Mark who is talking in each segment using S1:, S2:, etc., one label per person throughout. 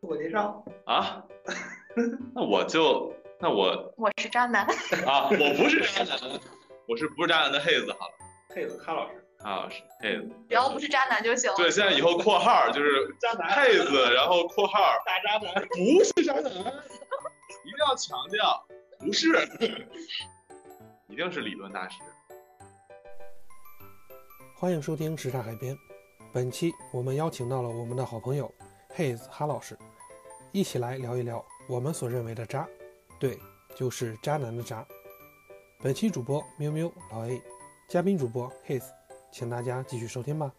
S1: 我介绍，
S2: 啊？那我就那我
S3: 我是渣男，
S2: 啊，我不是渣男，我是不是渣男的黑子好了
S1: 嘿，有咖老师，
S2: 啊，是黑子。
S3: 只要不是渣男就行。
S2: 对，现在以后括号儿就是
S1: 渣男，
S2: 黑子，然后括号儿
S1: 大渣男，
S2: 不是渣男，一定要强调不是，一定是理论大师。
S4: 欢迎收听《时差海边》，本期我们邀请到了我们的好朋友 Haze 哈老师，一起来聊一聊我们所认为的渣，对，就是渣男的渣。本期主播喵喵老 A，嘉宾主播 Haze，请大家继续收听吧。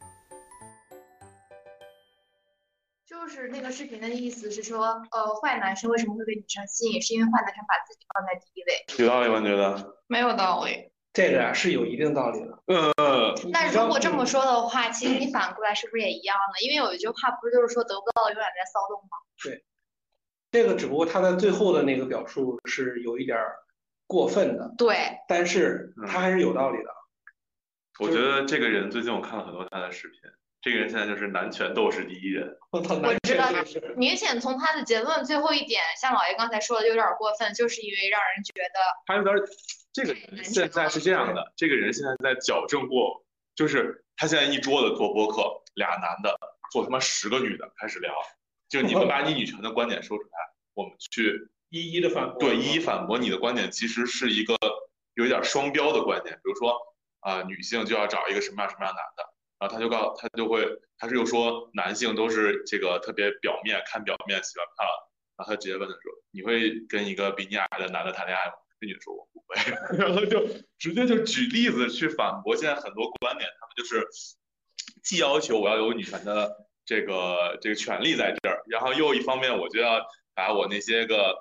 S3: 就是那个视频的意思是说，呃，坏男生为什么会被女生吸引，是因为坏男生把自己放在第一位，
S2: 有道理吗？你觉得？
S3: 没有道理。
S1: 这个呀是有一定道理的。
S2: 嗯，
S3: 但如果这么说的话，其实你反过来是不是也一样呢？因为有一句话不是就是说得不到的永远在骚动吗？
S1: 这个只不过他在最后的那个表述是有一点儿过分的，
S3: 对，
S1: 但是
S2: 嗯
S1: 他还是有道理 的。
S2: 我觉得这个人最近我看了很多他的视频，这个人现在就是男权斗士第一人。
S1: 我操，
S3: 我知道
S1: 男生就是
S3: 明显从他的结论最后一点，像老爷刚才说的就有点过分，就是因为让人觉得
S2: 他有点儿，这个人现在是这样的，这个人现在在矫正过，就是他现在一桌子做播客，俩男的做他妈十个女的开始聊，就你们把你女权的观点说出来，我们去
S1: 一一的反驳，
S2: 对一一反驳你的观点，其实是一个有一点双标的观点，比如说啊、女性就要找一个什么样什么样的男的，然后他就告他就会他是又说男性都是这个特别表面看表面喜欢漂亮，然后他直接问他说你会跟一个比你矮的男的谈恋爱吗？这女的说我不会， 然后就直接就举例子去反驳现在很多观点，他们就是既要求我要有女权的这个这个权利在这儿，然后又一方面我就要把我那些个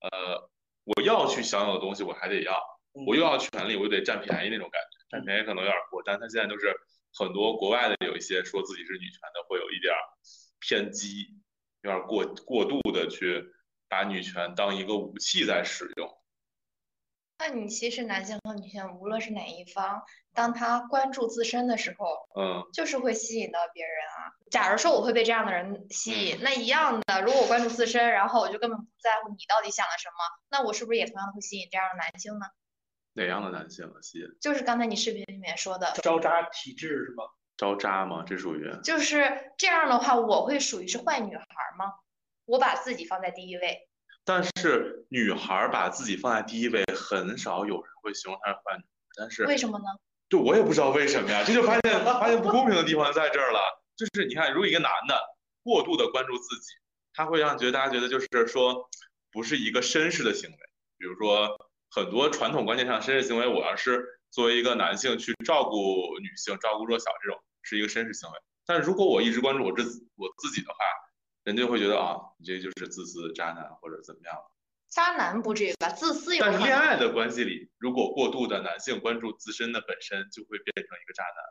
S2: 呃我要去享有的东西我还得要，
S1: 嗯
S2: 我又要权利，我又得占便宜那种感觉，占便宜可能有点过，但他现在就是很多国外的有一些说自己是女权的，会有一点儿偏激，有点儿过过度的去把女权当一个武器在使用。
S3: 那你其实男性和女性，无论是哪一方，当他关注自身的时候，
S2: 嗯，
S3: 就是会吸引到别人啊。假如说我会被这样的人吸引，那一样的，如果我关注自身，然后我就根本不在乎你到底想了什么，那我是不是也同样会吸引这样的男性呢？
S2: 哪样的男性啊吸引？
S3: 就是刚才你视频里面说的，
S1: 招渣体制是吧？
S2: 招渣吗？这属于
S3: 就是这样的话，我会属于是坏女孩吗？我把自己放在第一位，
S2: 但是女孩儿把自己放在第一位，很少有人会形容她是坏女孩。但是
S3: 为什么呢？
S2: 就我也不知道为什么呀，这就发现发现不公平的地方在这儿了。就是你看，如果一个男的过度的关注自己，他会让觉得大家觉得就是说，不是一个绅士的行为。比如说，很多传统观念上绅士行为，我要是作为一个男性去照顾女性、照顾弱小这种，是一个绅士行为。但如果我一直关注我自我自己的话，人家会觉得啊，你这就是自私、渣男或者怎么样。
S3: 渣男不至于吧？自私有
S2: 但
S3: 可
S2: 是
S3: 能
S2: 恋爱的关系里，如果过度的男性关注自身的本身，就会变成一个渣男。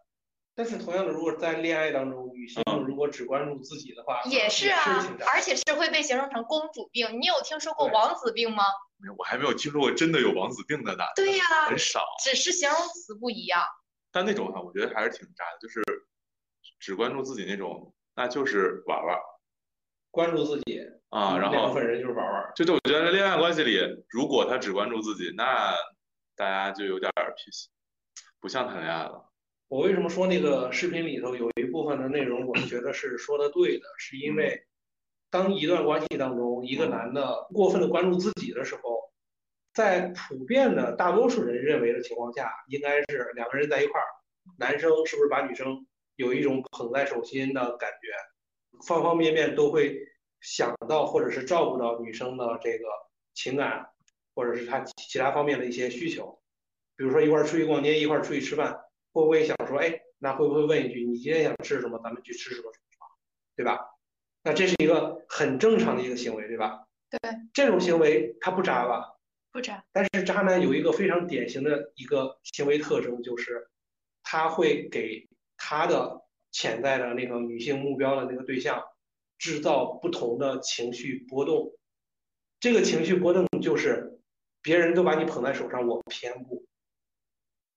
S1: 但是同样的，如果在恋爱当中，女性
S2: 嗯
S1: 如果只关注自己的话，
S3: 也是
S1: 也是
S3: 啊
S1: 挺渣，
S3: 而且是会被形容成公主病。你有听说过
S1: 对
S3: 王子病吗？
S2: 没有，我还没有听说过真的有王子病的男的，
S3: 对呀、
S2: 很少。
S3: 只是形容词不一样。
S2: 但那种啊，我觉得还是挺渣的，就是只关注自己那种，那就是玩玩
S1: 关注自己
S2: 啊。然
S1: 嗯那
S2: 后
S1: 部分人就是玩玩。
S2: 就就我觉得恋爱关系里，如果他只关注自己，那大家就有点儿脾气，不像谈恋爱了。
S1: 我为什么说那个视频里头有一部分的内容，我觉得是说的对的，是因为当一段关系当中一个男的过分的关注自己的时候，在普遍的大多数人认为的情况下，应该是两个人在一块儿，男生是不是把女生有一种捧在手心的感觉，方方面面都会想到或者是照顾到女生的这个情感，或者是她其其他方面的一些需求，比如说一块儿出去逛街，一块儿出去吃饭。会不会想说，哎，那会不会问一句，你今天想吃什么，咱们去吃什么什么什么，对吧？那这是一个很正常的一个行为，对吧？
S3: 对，
S1: 这种行为它不渣吧？
S3: 不渣，
S1: 但是渣男有一个非常典型的一个行为特征，就是他会给他的潜在的那个女性目标的那个对象制造不同的情绪波动。这个情绪波动就是别人都把你捧在手上，我偏不，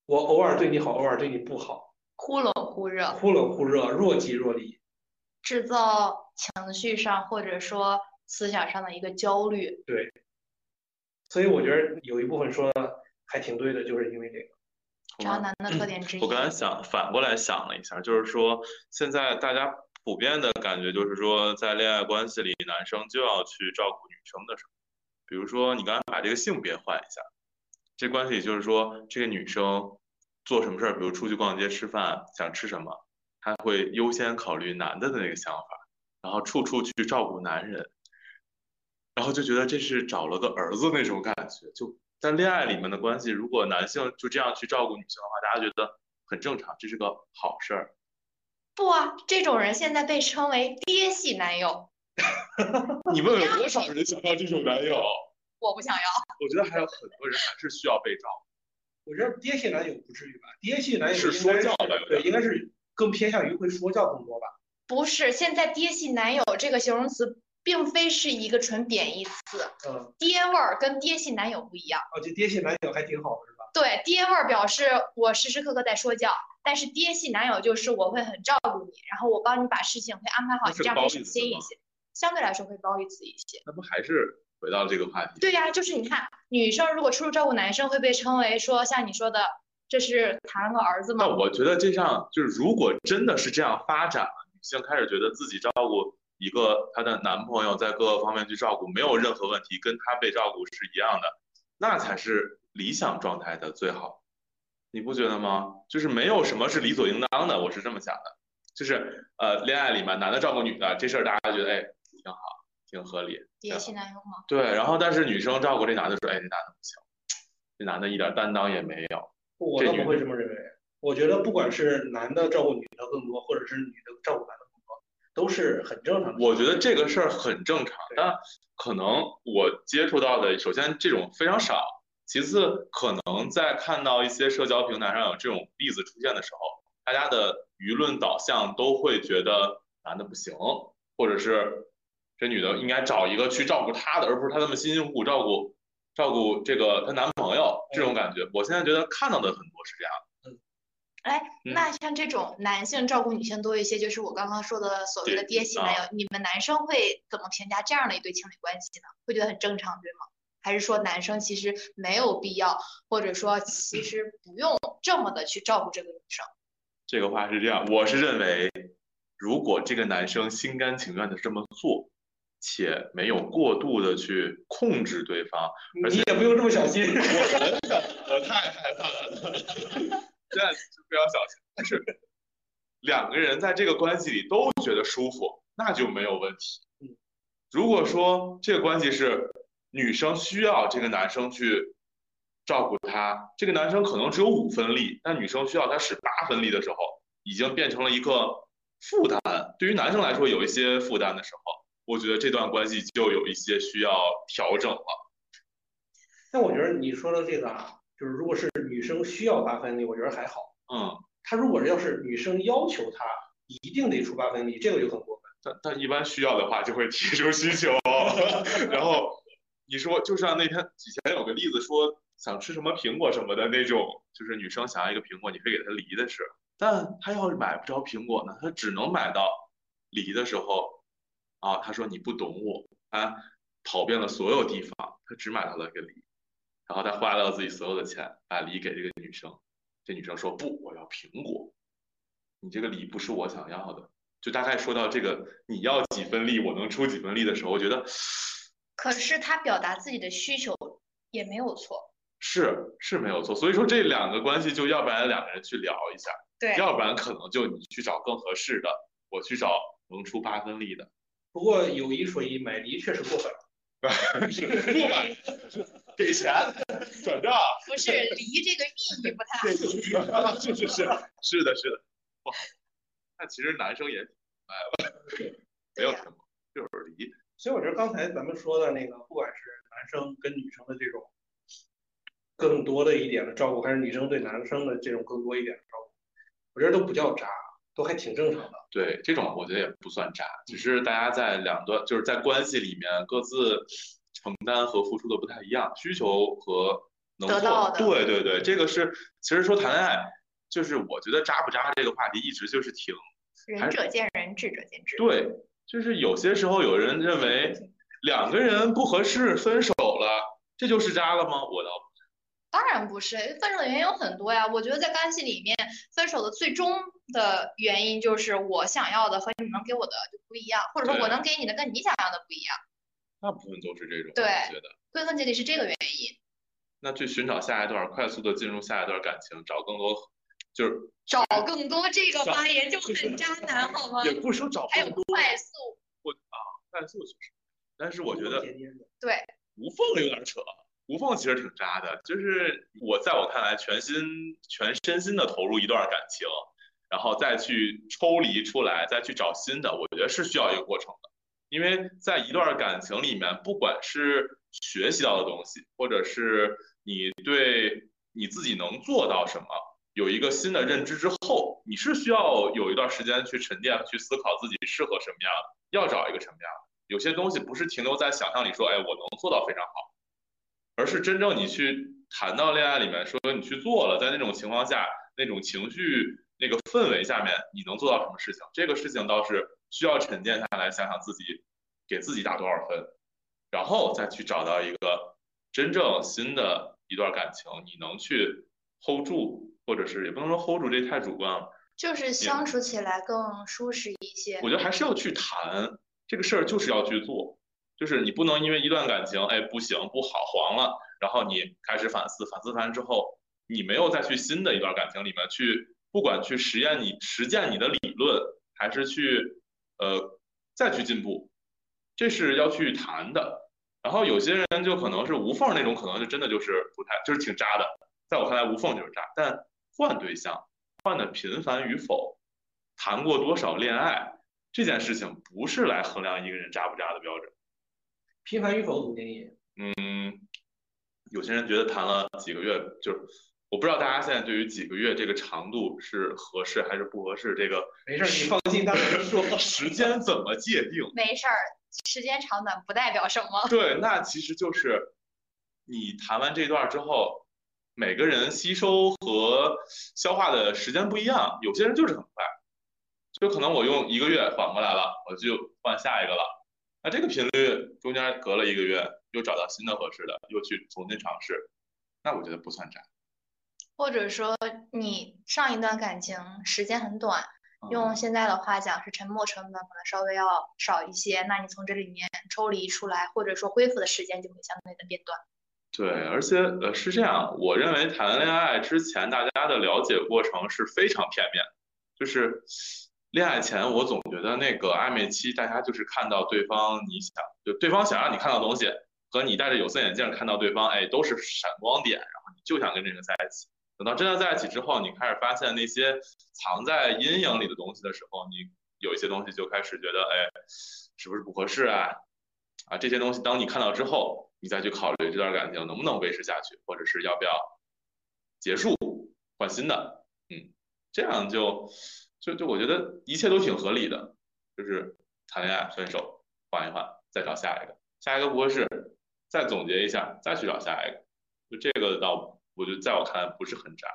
S1: 我偶尔对你好，偶尔对你不好，
S3: 忽冷忽热，
S1: 忽冷忽热，若即若离。
S3: 制造情绪上或者说思想上的一个焦虑。
S1: 所以我觉得有一部分说还挺对的，就是因为这个。
S2: 我
S3: 渣
S2: 们
S3: 男的特点之一，
S2: 我刚才想反过来想了一下，就是说现在大家普遍的感觉就是说，在恋爱关系里，男生就要去照顾女生的生活。比如说，你刚才把这个性别换一下，这关系就是说，这个女生做什么事儿，比如出去逛街、吃饭，想吃什么，她会优先考虑男的的那个想法，然后处处去照顾男人，然后就觉得这是找了个儿子那种感觉，就在恋爱里面的关系，如果男性就这样去照顾女性的话，大家觉得很正常，这是个好事儿。
S3: 不啊，这种人现在被称为爹系男友，
S2: 你们有多少人想要这种男友？
S3: 我不想要。
S2: 我觉得还有很多人还是需要被照
S1: 我觉得爹系男友不至于吧，爹系男友
S2: 哎是
S1: 应
S2: 说
S1: 该
S2: 教吧有点
S1: 对，应该是更偏向于会说教更多吧。
S3: 不是，现在“爹系男友”这个形容词并非是一个纯贬义词，
S1: 嗯，
S3: 爹味儿跟爹系男友不一样。
S1: 哦，就爹系男友还挺好的是吧？
S3: 对，爹味儿表示我时时刻刻在说教，但是爹系男友就是我会很照顾你，然后我帮你把事情会安排好，
S2: 那
S3: 你
S2: 是
S3: 这样
S2: 褒
S3: 会
S2: 义
S3: 省
S2: 词
S3: 心一
S2: 吗
S3: 些，相对来说会褒义词一些。
S2: 顾，那不还是回到这个话题？
S3: 对呀、就是你看，女生如果处处照顾男生，会被称为说像你说的，这是谈了个儿子吗
S2: 那？我觉得这样就是，如果真的是这样发展了，女性开始觉得自己照顾一个她的男朋友，在各个方面去照顾，没有任何问题，跟她被照顾是一样的，那才是理想状态的最好，你不觉得吗？就是没有什么是理所应当的，我是这么想的，就是呃，恋爱里面男的照顾女的这事儿，大家觉得哎挺好，挺合理，
S3: 爹系男友吗？
S2: 对。然后但是女生照顾这男的说，哎，这男的不行，这男的一点担当也没有。
S1: 我
S2: 这
S1: 倒
S2: 女
S1: 不会这么认为。我觉得不管是男的照顾女的更多，或者是女的照顾男的更多，都是很正常的。
S2: 我觉得这个事儿很正常，
S1: 对
S2: 但可能我接触到的，首先这种非常少，其次可能在看到一些社交平台上有这种例子出现的时候，大家的舆论导向都会觉得男的不行，或者是这女的应该找一个去照顾她的，而不是她那么辛辛苦苦照顾照顾这个她男朋友这种感觉。我现在觉得看到的很多是这样，
S3: 哎，
S2: 嗯
S3: 那像这种男性照顾女性多一些，就是我刚刚说的所谓的
S2: 对
S3: 爹系男友，你们男生会怎么评价这样的一对情侣关系呢？会觉得很正常，对吗？还是说男生其实没有必要，或者说其实不用这么的去照顾这个女生？
S2: 这个话是这样，我是认为，如果这个男生心甘情愿的这么做，且没有过度的去控制对方，而
S1: 你
S2: 且
S1: 也不用这么小心。
S2: 我太害怕了，这就非常小心。但是两个人在这个关系里都觉得舒服，那就没有问题
S1: 嗯。
S2: 如果说这个关系是女生需要这个男生去照顾她，这个男生可能只有五分力，但女生需要他使八分力的时候，已经变成了一个负担。对于男生来说，有一些负担的时候，我觉得这段关系就有一些需要调整了。
S1: 但我觉得你说的这个啊，就是如果是女生需要八分力，我觉得还好。
S2: 嗯，
S1: 她如果要是女生要求她一定得出八分力，这个就很过分。
S2: 但但一般需要的话就会提出需求， 然后你说就像那天以前有个例子说想吃什么苹果什么的那种，就是女生想要一个苹果，你可以给她梨的吃，但她要是买不着苹果呢，她只能买到梨的时候，啊，她说你不懂我，她跑遍了所有地方，她只买到了一个梨，然后她花了自己所有的钱把梨给这个女生，这女生说不，我要苹果，你这个梨不是我想要的。就大概说到这个你要几分力，我能出几分力的时候，我觉得
S3: 可是他表达自己的需求也没有错，
S2: 是是没有错。所以说这两个关系，就要不然两个人去聊一下，
S3: 对
S2: 要不然可能就你去找更合适的，我去找能出八分力的。
S1: 不过有一说一，买梨确实过分。
S2: 是不买，给钱转账，
S3: 不是离这个寓意不太好。
S2: 这 是是是是的是的，哇！但其实男生也挺明白吧，没有什么，就是离。
S1: 所以我觉得刚才咱们说的那个，不管是男生跟女生的这种更多的一点的照顾，还是女生对男生的这种更多一点的照顾，我觉得都不叫渣，都还挺正常的。
S2: 对，这种我觉得也不算渣，
S3: 嗯
S2: 只是大家在两段，就是在关系里面各自承担和付出的不太一样，需求和能
S3: 得
S2: 做。
S3: 到的嗯
S2: 对对对，这个是其实说谈恋爱，就是我觉得渣不渣这个话题一直就是挺
S3: 仁者见仁，智者见智。
S2: 对，就是有些时候有人认为两个人不合适分手了，这就是渣了吗？我倒
S3: 当然不是，分手的原因有很多呀。我觉得在关系里面，分手的最终的原因就是我想要的和你能给我的就不一样，或者说
S2: 对
S3: 我能给你的跟你想要的不一样。
S2: 大部分都是这种，
S3: 对
S2: 我觉得。
S3: 归根结底是这个原因。
S2: 那去寻找下一段，快速的进入下一段感情，找更多，就是
S3: 找更多这个
S2: 找
S3: 发言就很渣男，好吗？
S2: 也不是说找
S3: 呃还有
S2: 更多
S3: 快速，
S2: 快速去，但是我觉得
S1: 天天的
S2: 无缝有点扯，无缝其实挺渣的，就是我在我看来，全心全身心的投入一段感情，然后再去抽离出来，再去找新的，我觉得是需要一个过程的，因为在一段感情里面，不管是学习到的东西，或者是你对你自己能做到什么。有一个新的认知之后，你是需要有一段时间去沉淀、去思考自己适合什么样的，要找一个什么样的。有些东西不是停留在想象里说，哎，我能做到非常好，而是真正你去谈到恋爱里面说你去做了，在那种情况下、那种情绪、那个氛围下面，你能做到什么事情？这个事情倒是需要沉淀下来，想想自己给自己打多少分，然后再去找到一个真正新的一段感情，你能去 hold 住，或者是也不能说 hold 住，这太主观了。
S3: 就是相处起来更舒适一些。
S2: 我觉得还是要去谈这个事儿，就是要去做，就是你不能因为一段感情，哎，不行，不好，黄了，然后你开始反思，反思完之后，你没有再去新的一段感情里面去，不管去实验你实践你的理论，还是去呃再去进步，这是要去谈的。然后有些人就可能是无缝那种，可能就真的就是不太，就是挺渣的。在我看来，无缝就是渣。但换对象，换的频繁与否，谈过多少恋爱，这件事情不是来衡量一个人渣不渣的标准。
S1: 频繁与否怎么定义？
S2: 嗯，有些人觉得谈了几个月，就是我不知道大家现在对于几个月这个长度是合适还是不合适，这个
S1: 没事儿，你放心，大胆地说。
S2: 时间怎么界定？
S3: 没事儿，时间长短不代表什么。
S2: 对，那其实就是你谈完这段之后，每个人吸收和消化的时间不一样，有些人就是很快，就可能我用一个月缓过来了，我就换下一个了。那这个频率中间隔了一个月，又找到新的合适的，又去重新尝试，那我觉得不算渣。
S3: 或者说，你上一段感情时间很短，
S2: 嗯
S3: 用现在的话讲是沉没成本可能稍微要少一些，那你从这里面抽离出来，或者说恢复的时间就会相对的变短。
S2: 对，而且呃是这样，我认为谈恋爱之前大家的了解过程是非常片面的，就是恋爱前我总觉得那个暧昧期，大家就是看到对方你想就对方想让你看到的东西，和你戴着有色眼镜看到对方，哎，都是闪光点，然后你就想跟这个人在一起。等到真的在一起之后，你开始发现那些藏在阴影里的东西的时候，你有一些东西就开始觉得，哎，是不是不合适啊？啊，这些东西，当你看到之后，你再去考虑这段感情能不能维持下去，或者是要不要结束，换新的，嗯，这样就就就我觉得一切都挺合理的，就是谈恋爱、分手、换一换，再找下一个，下一个不合适，再总结一下，再去找下一个，就这个倒我觉得在我看来不是很渣，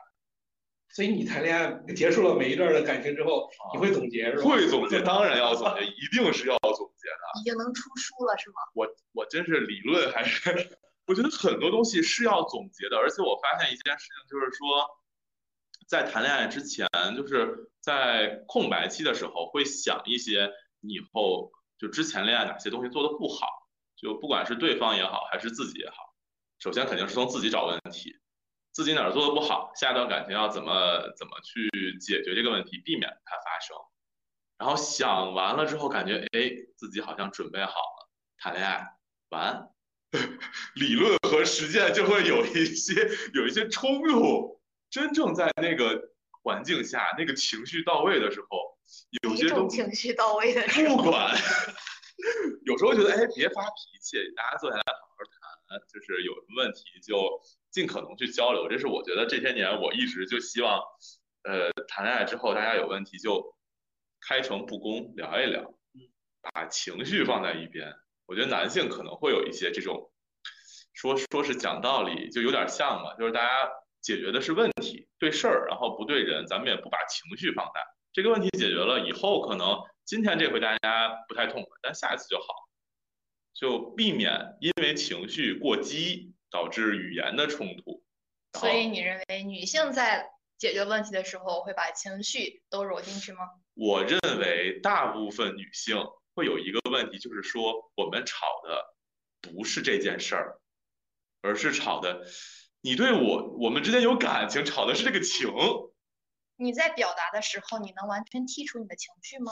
S1: 所以你谈恋爱结束了每一段的感情之后，你会总结是吧？
S2: 会总结当然要总结，一定是要总结。
S3: 已经能出书了是吗？
S2: 我我真是理论还是，我觉得很多东西是要总结的，而且我发现一件事情，就是说，在谈恋爱之前，就是在空白期的时候，会想一些你以后就之前恋爱哪些东西做的不好，就不管是对方也好，还是自己也好，首先肯定是从自己找问题，自己哪儿做的不好，下一段感情要怎么怎么去解决这个问题，避免它发生。然后想完了之后，感觉哎，自己好像准备好了。谈恋爱完， 理论和实践就会有一些 有一些冲突。真正在那个环境下，那个情绪到位的时候，有
S3: 一
S2: 些
S3: 种
S2: 东西
S3: 情绪到位的时
S2: 不
S3: 候，
S2: 管。有时候觉得哎，别发脾气，大家坐下来好好谈，就是有什么问题就尽可能去交流。这是我觉得这些年我一直就希望，呃，谈恋爱之后大家有问题就开诚布公聊一聊，把情绪放在一边。我觉得男性可能会有一些这种说说是讲道理，就有点像嘛，就是大家解决的是问题，对事儿，然后不对人，咱们也不把情绪放大。这个问题解决了以后，可能今天这回大家不太痛快，但下一次就好。就避免因为情绪过激导致语言的冲突。然后
S3: 所以你认为女性在解决问题的时候会把情绪都揉进去吗？
S2: 我认为大部分女性会有一个问题，就是说我们吵的不是这件事儿，而是吵的你对我，我们之间有感情，吵的是这个情。
S3: 你在表达的时候，你能完全剔除你的情绪吗？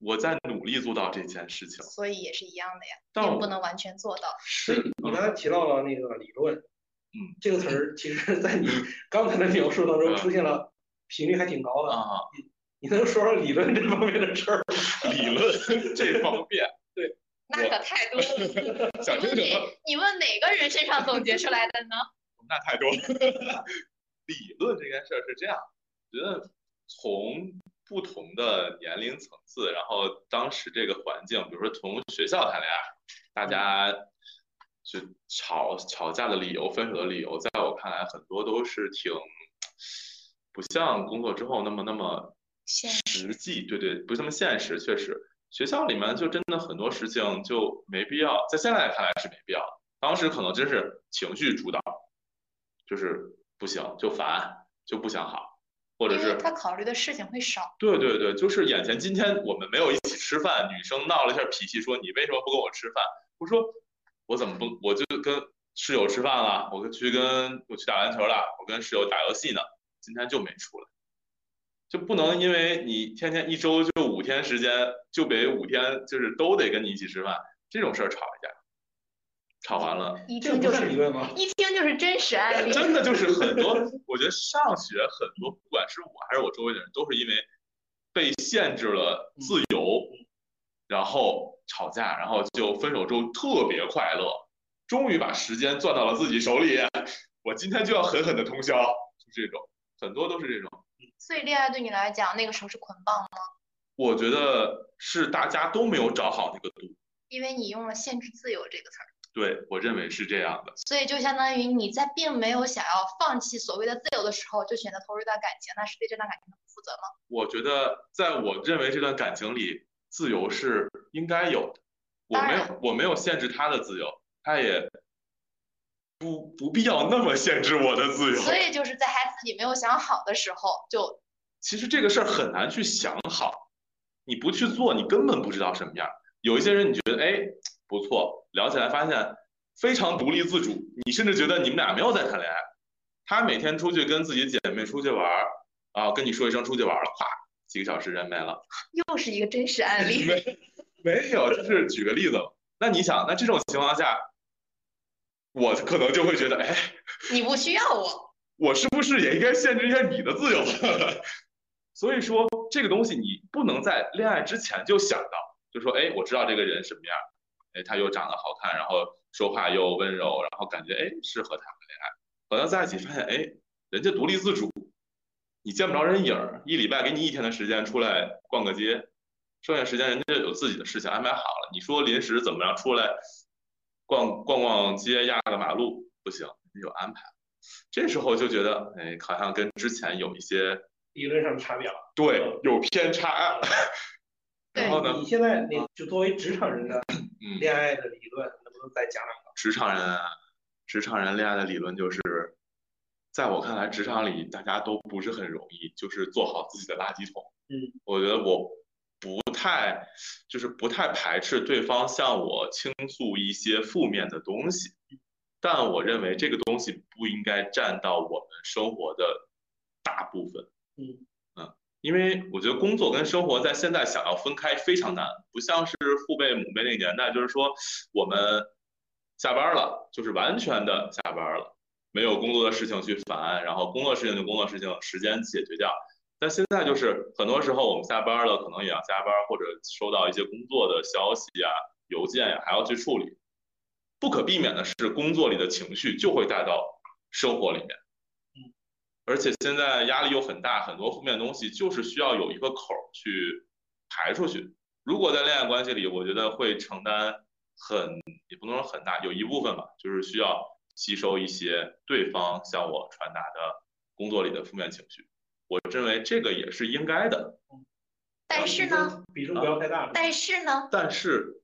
S2: 我在努力做到这件事情，
S3: 所以也是一样的呀，
S2: 但
S3: 并
S2: 我
S3: 不能完全做到。
S1: 所以
S2: 是
S3: 嗯
S1: 你刚才提到了那个理论，
S2: 嗯，
S1: 这个词儿其实在 你刚才的描述当中出现
S3: 嗯
S1: 了频率还挺高的。
S2: 啊，
S1: 你能说说理论这方面的事儿吗？
S2: 理论 这方面
S3: 那
S2: 我
S3: 可太多 了，
S2: 想
S3: 你
S2: 听
S3: 问
S2: 听他
S3: 哪？你问哪个人身上总结出来的 呢？
S2: 那太多了。 理论这件事儿是这样，觉得从不同的年龄层次，然后当时这个环境，比如说从学校谈恋爱，大家就吵吵架的理由、分手的理由，在我看来，很多都是挺不像工作之后那么那么
S3: 现
S2: 实际，对对，不是那么现实，确实。学校里面就真的很多事情就没必要，在现在看来是没必要的。当时可能真是情绪主导，就是不行就烦就不想好，或者
S3: 因为
S2: 是
S3: 他考虑的事情会少。
S2: 对对对，就是眼前今天我们没有一起吃饭，女生闹了一下脾气，说你为什么不跟我吃饭？我说我怎么不，我就跟室友吃饭了，我跟去跟我去打篮球了，我跟室友打游戏呢，今天就没出来，就不能因为你天天一周就五天时间，就得五天就是都得跟你一起吃饭，这种事儿吵一架，吵完了。
S3: 一
S1: 这个
S3: 听
S1: 不
S3: 嗯就是
S1: 理
S3: 是，
S1: 论吗？
S3: 一听就是真实案例。
S2: 真的就是很多，我觉得上学很多，不管是我还是我周围的人，都是因为被限制了自由，然后吵架，然后就分手之后特别快乐，终于把时间攥到了自己手里，我今天就要狠狠的通宵，就这种，很多都是这种。
S3: 所以恋爱对你来讲，那个时候是捆绑吗？
S2: 我觉得是大家都没有找好那个度，
S3: 因为你用了“限制自由”这个词儿，
S2: 对我认为是这样的。
S3: 所以就相当于你在并没有想要放弃所谓的自由的时候，就选择投入一段感情，那是对这段感情的不负责吗？
S2: 我觉得在我认为这段感情里，自由是应该有的。我没
S3: 当
S2: 有
S3: 然，
S2: 我没有限制他的自由，他也不不必要那么限制我的自由。
S3: 所以就是在他自己没有想好的时候，就
S2: 其实这个事儿很难去想好，你不去做，你根本不知道什么样儿。有一些人你觉得哎不错，聊起来发现非常独立自主，你甚至觉得你们俩没有在谈恋爱。他每天出去跟自己姐妹出去玩儿，啊，跟你说一声出去玩儿了，啪，几个小时人没了。
S3: 又是一个真实 案例。
S2: 没有，就是举个例子嘛。那你想，那这种情况下，我可能就会觉得，哎，
S3: 你不需要我，
S2: 我是不是也应该限制一下你的自由？ 所以说，这个东西你不能在恋爱之前就想到，就说，哎，我知道这个人什么样，哎，他又长得好看，然后说话又温柔，然后感觉哎适合谈个恋爱。和他在一起发现，哎，人家独立自主，你见不着人影儿，一礼拜给你一天的时间出来逛个街，剩下时间人家有自己的事情安排好了。你说临时怎么样出来逛逛逛街压个马路不行，人家有安排。这时候就觉得，哎，好像跟之前有一些
S1: 理论上的差别了。
S2: 对有偏差。
S3: 对
S2: 然后呢
S1: 你，现在你就作为职场人的
S2: 嗯，
S1: 恋爱的理论，能不能再讲两
S2: 职场人啊，职场人恋爱的理论就是，在我看来，职场里大家都不是很容易，就是做好自己的垃圾桶。
S1: 嗯，
S2: 我觉得我不太，就是不太排斥对方向我倾诉一些负面的东西，但我认为这个东西不应该占到我们生活的大部分。
S1: 嗯
S2: 嗯，因为我觉得工作跟生活在现在想要分开非常难，不像是父辈母辈那个年代，就是说我们下班了就是完全的下班了，没有工作的事情去烦，然后工作事情就工作事情，时间解决掉。但现在就是很多时候我们下班了，可能也要加班，或者收到一些工作的消息呀、邮件呀、还要去处理。不可避免的是，工作里的情绪就会带到生活里面。而且现在压力又很大，很多负面的东西就是需要有一个口儿去排出去。如果在恋爱关系里，我觉得会承担很，也不能说很大，有一部分吧，就是需要吸收一些对方向我传达的工作里的负面情绪。我认为这个也是应该的，
S3: 但是呢，
S1: 个？比重不要太大。
S3: 但是呢，
S2: 但是，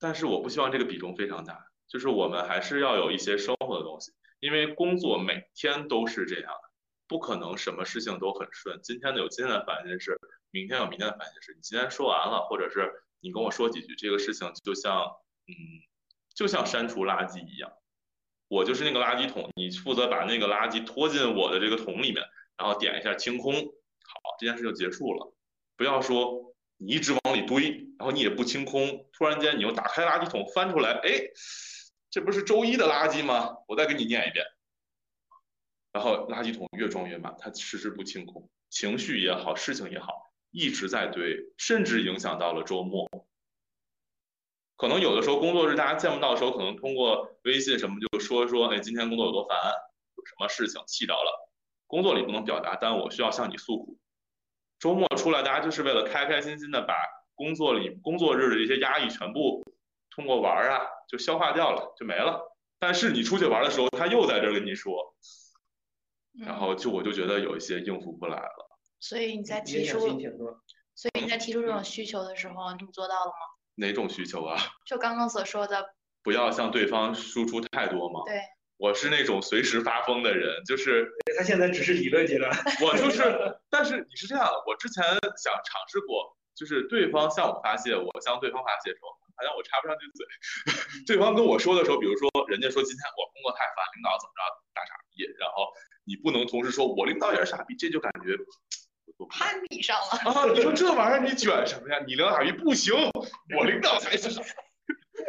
S2: 但是我不希望这个比重非常大，就是我们还是要有一些生活的东西，因为工作每天都是这样的，不可能什么事情都很顺。今天有今天的烦心事，明天有明天的烦心事。你今天说完了，或者是你跟我说几句，这个事情就像嗯，就像删除垃圾一样，我就是那个垃圾桶，你负责把那个垃圾拖进我的这个桶里面，然后点一下清空，好，这件事就结束了。不要说你一直往里堆，然后你也不清空，突然间你又打开垃圾桶翻出来，哎，这不是周一的垃圾吗？我再给你念一遍。然后垃圾桶越装越满，它迟迟不清空，情绪也好，事情也好，一直在堆，甚至影响到了周末。可能有的时候工作日大家见不到的时候，可能通过微信什么就说说，哎，今天工作有多烦，有什么事情气着了，工作里不能表达，但我需要向你诉苦。周末出来，大家就是为了开开心心的把工作里工作日的这些压抑全部通过玩儿啊就消化掉了，就没了。但是你出去玩的时候，他又在这儿跟你说，然后就我就觉得有一些应付不来了。
S3: 嗯所以你在
S1: 影
S3: 提
S1: 响心
S3: 出，
S1: 情是吧？
S3: 所以你在提出这种需求的时候，你做到了吗？
S2: 哪种需求啊？
S3: 就刚刚所说的，
S2: 不要向对方输出太多嘛。
S3: 对，
S2: 我是那种随时发疯的人，就是
S1: 对他现在只是理论阶 段，
S2: 我就是，但是你是这样的，我之前想尝试过，就是对方向我发泄，我向对方发泄的时候，好像我插不上去嘴。 对方跟我说的时候，比如说人家说今天我工作太烦，领导怎么着大傻逼，然后你不能同时说我领导也是傻逼，这就感觉我做不到
S3: 攀比上了，
S2: 啊！ 你说这玩意儿你卷什么呀？你领导傻逼不行，我领导才是傻逼。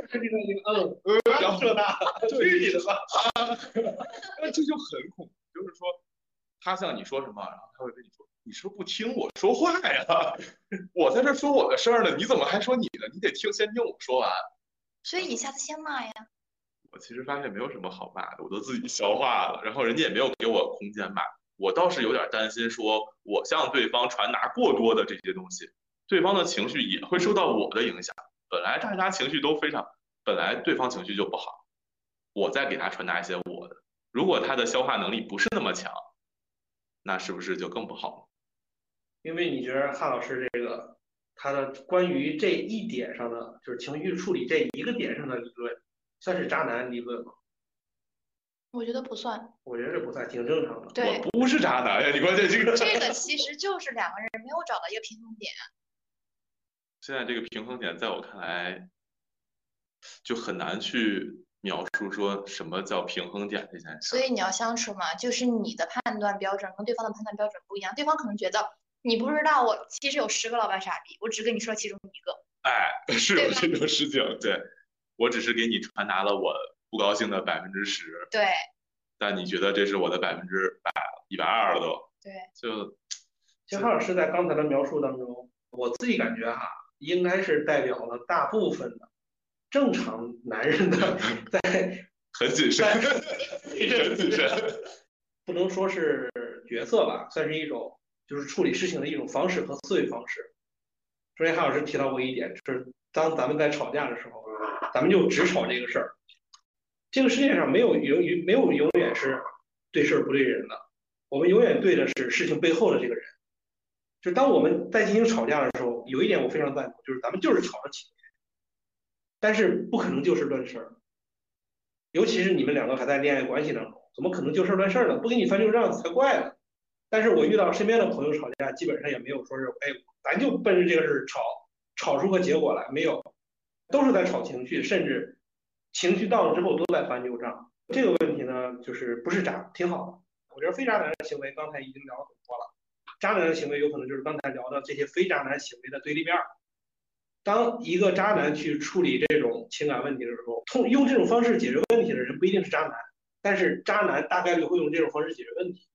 S1: 这个嗯，嗯，浙大，去你的吧！
S2: 那这就很恐怖，就是说，他向你说什么，然后他会跟你说，你是不是不听我说话呀？ 我在这说我的事儿呢，你怎么还说你的？你得听，先听我说完。
S3: 所以你下次先骂呀。
S2: 我其实发现没有什么好骂的，我都自己消化了，然后人家也没有给我空间骂。我倒是有点担心，说我向对方传达过多的这些东西，对方的情绪也会受到我的影响。本来大家情绪都非常，本来对方情绪就不好，我再给他传达一些我的，如果他的消化能力不是那么强，那是不是就更不好了？
S1: 因为你觉得汉老师这个他的关于这一点上的，就是情绪处理这一个点上的理论，算是渣男理论吗？
S3: 我觉得不算，
S1: 我觉得这不算，挺正常的。
S3: 对，
S2: 我不是渣男呀，你关键这个
S3: 这个其实就是两个人没有找到一个平衡点。
S2: 现在这个平衡点，在我看来，就很难去描述说什么叫平衡点这件事
S3: 所
S2: 儿。
S3: 以你要相处嘛，就是你的判断标准跟对方的判断标准不一样，对方可能觉得你不知道我其实有十个老板傻逼，我只跟你说其中一个，
S2: 哎， 是
S3: 对
S2: 有
S3: 吧
S2: 这种事情，对我只是给你传达了我不高兴的百分之十，
S3: 对
S2: 但你觉得这是我的百分之百一百二了都，
S3: 对，
S2: 就
S1: 其实汉老师在刚才的描述当中，我自己感觉哈、应该是代表了大部分的正常男人的在
S2: 很谨慎， 很谨慎。
S1: 不能说是角色吧，算是一种就是处理事情的一种方式和思维方式。昨天汉老师提到过一点，就是当咱们在吵架的时候，咱们就只吵这个事儿。这个世界上没有永远没有永远是对事儿不对人的，我们永远对的是事情背后的这个人。就当我们在进行吵架的时候，有一点我非常赞同，就是咱们就是吵着起，但是不可能就事论事儿。尤其是你们两个还在恋爱关系当中，怎么可能就事论事儿呢？不给你翻旧账才怪呢。但是我遇到身边的朋友吵架，基本上也没有说是，哎，咱就奔着这个事儿吵，吵出个结果来，没有，都是在吵情绪，甚至情绪到了之后都在翻旧账。这个问题呢，就是不是渣，挺好的。我觉得非渣男的行为刚才已经聊了很多了，渣男的行为有可能就是刚才聊的这些非渣男行为的对立面儿。当一个渣男去处理这种情感问题的时候，通用这种方式解决问题的人不一定是渣男，但是渣男大概率会用这种方式解决问题。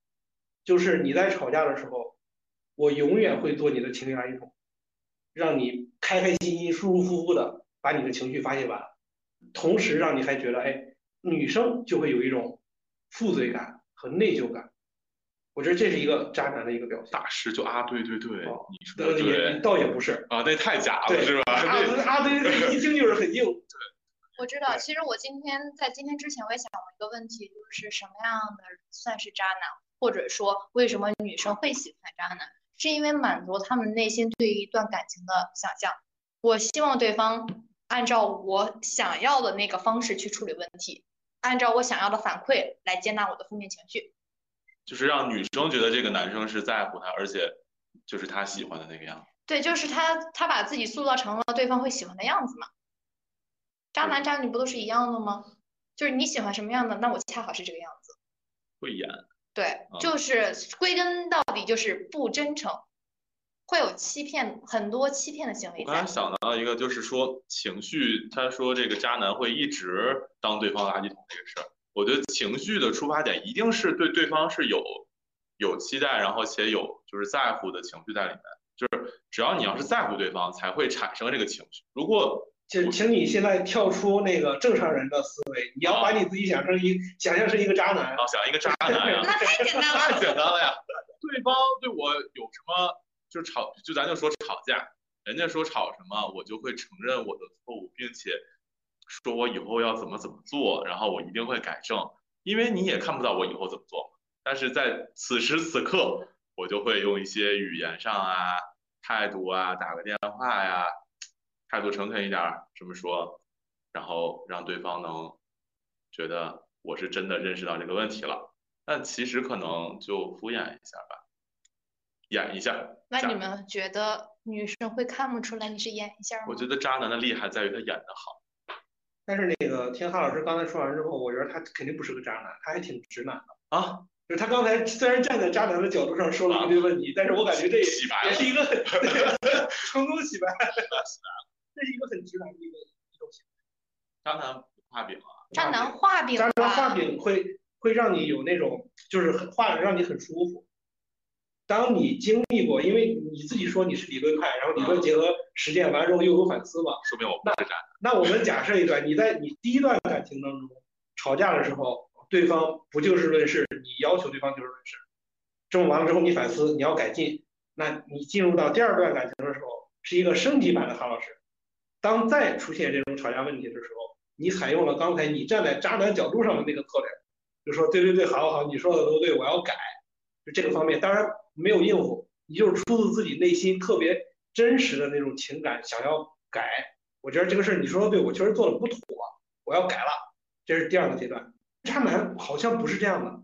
S1: 就是你在吵架的时候，我永远会做你的情绪垃圾桶，让你开开心心、舒舒服服的把你的情绪发泄完，同时让你还觉得，哎，女生就会有一种负罪感和内疚感。我觉得这是一个渣男的一个表现。
S2: 大师就啊，对对对，
S1: 哦
S2: 你说
S1: 呃，
S2: 的
S1: 也
S2: 对
S1: 倒也不是，
S2: 啊，那太假了
S1: 对
S2: 是吧？
S1: 阿
S2: 那
S1: 德阿 德一听就是很硬，
S3: 我知道。
S1: 对
S3: 其实我今天在今天之前，我也想过一个问题，就是什么样的人算是渣男，或者说为什么女生会喜欢渣男，是因为满足他们内心对于一段感情的想象。我希望对方按照我想要的那个方式去处理问题，按照我想要的反馈来接纳我的负面情绪。
S2: 就是让女生觉得这个男生是在乎她，而且就是她喜欢的那个样子。
S3: 对，就是他他把自己塑造成了对方会喜欢的样子嘛。渣男渣女不都是一样的吗？就是你喜欢什么样的，那我恰好是这个样子。
S2: 会演，
S3: 对
S2: 嗯，
S3: 就是归根到底就是不真诚，会有欺骗，很多欺骗的行为
S2: 我刚才
S3: 在。
S2: 想到一个，就是说情绪，他说这个渣男会一直当对方垃圾桶这个事儿，我觉得情绪的出发点一定是对对方是有有期待，然后且有就是在乎的情绪在里面。就是只要你要是在乎对方，才会产生这个情绪。如果
S1: 请请你现在跳出那个正常人的思维，你要把你自己想成一想象是一个渣男，
S2: 啊想一个渣男呀，
S3: 那太 简单
S2: 太
S3: 了，
S2: 简单了呀，对方对我有什么就吵，就咱就说吵架，人家说吵什么，我就会承认我的错误，并且说我以后要怎么怎么做，然后我一定会改正，因为你也看不到我以后怎么做嘛。但是在此时此刻，我就会用一些语言上啊、态度啊、打个电话呀、态度诚恳一点儿这么说，然后让对方能觉得我是真的认识到这个问题了。但其实可能就敷衍一下吧，演一下。
S3: 那
S2: 假
S3: 你们觉得女生会看不出来你是演一下吗？
S2: 我觉得渣男的厉害在于他演的好，
S1: 但是那个听哈老师刚才说完之后，我觉得他肯定不是个渣男，他还挺直男的。
S2: 啊，
S1: 就是他刚才虽然站在渣男的角度上说了一堆问题，但是我感觉这也
S2: 洗白
S1: 也
S2: 了
S1: 是一个很 成功洗白， 这是一个很直男的一个一种行
S2: 渣男不画饼啊，
S1: 为。
S3: 渣男画饼
S1: 渣
S3: 吧，
S1: 男画饼会会让你有那种就是很画的让你很舒服。当你经历过，因为你自己说你是理论派，然后理论结合实践完之后又有反思嘛。
S2: 说明我不是渣男。
S1: 那我们假设一段，你在你第一段感情当中吵架的时候，对方不就事论事，你要求对方就事论事，这么完了之后你反思，你要改进，那你进入到第二段感情的时候，是一个升级版的韩老师。当再出现这种吵架问题的时候，你采用了刚才你站在渣男角度上的那个策略，就说对对对，好好好，你说的都对，我要改。就这个方面，当然没有应付，你就是出自自己内心特别真实的那种情感，想要改。我觉得这个事儿你说的对，我确实做的不妥，我要改了。这是第二个阶段。渣男好像不是这样的，呃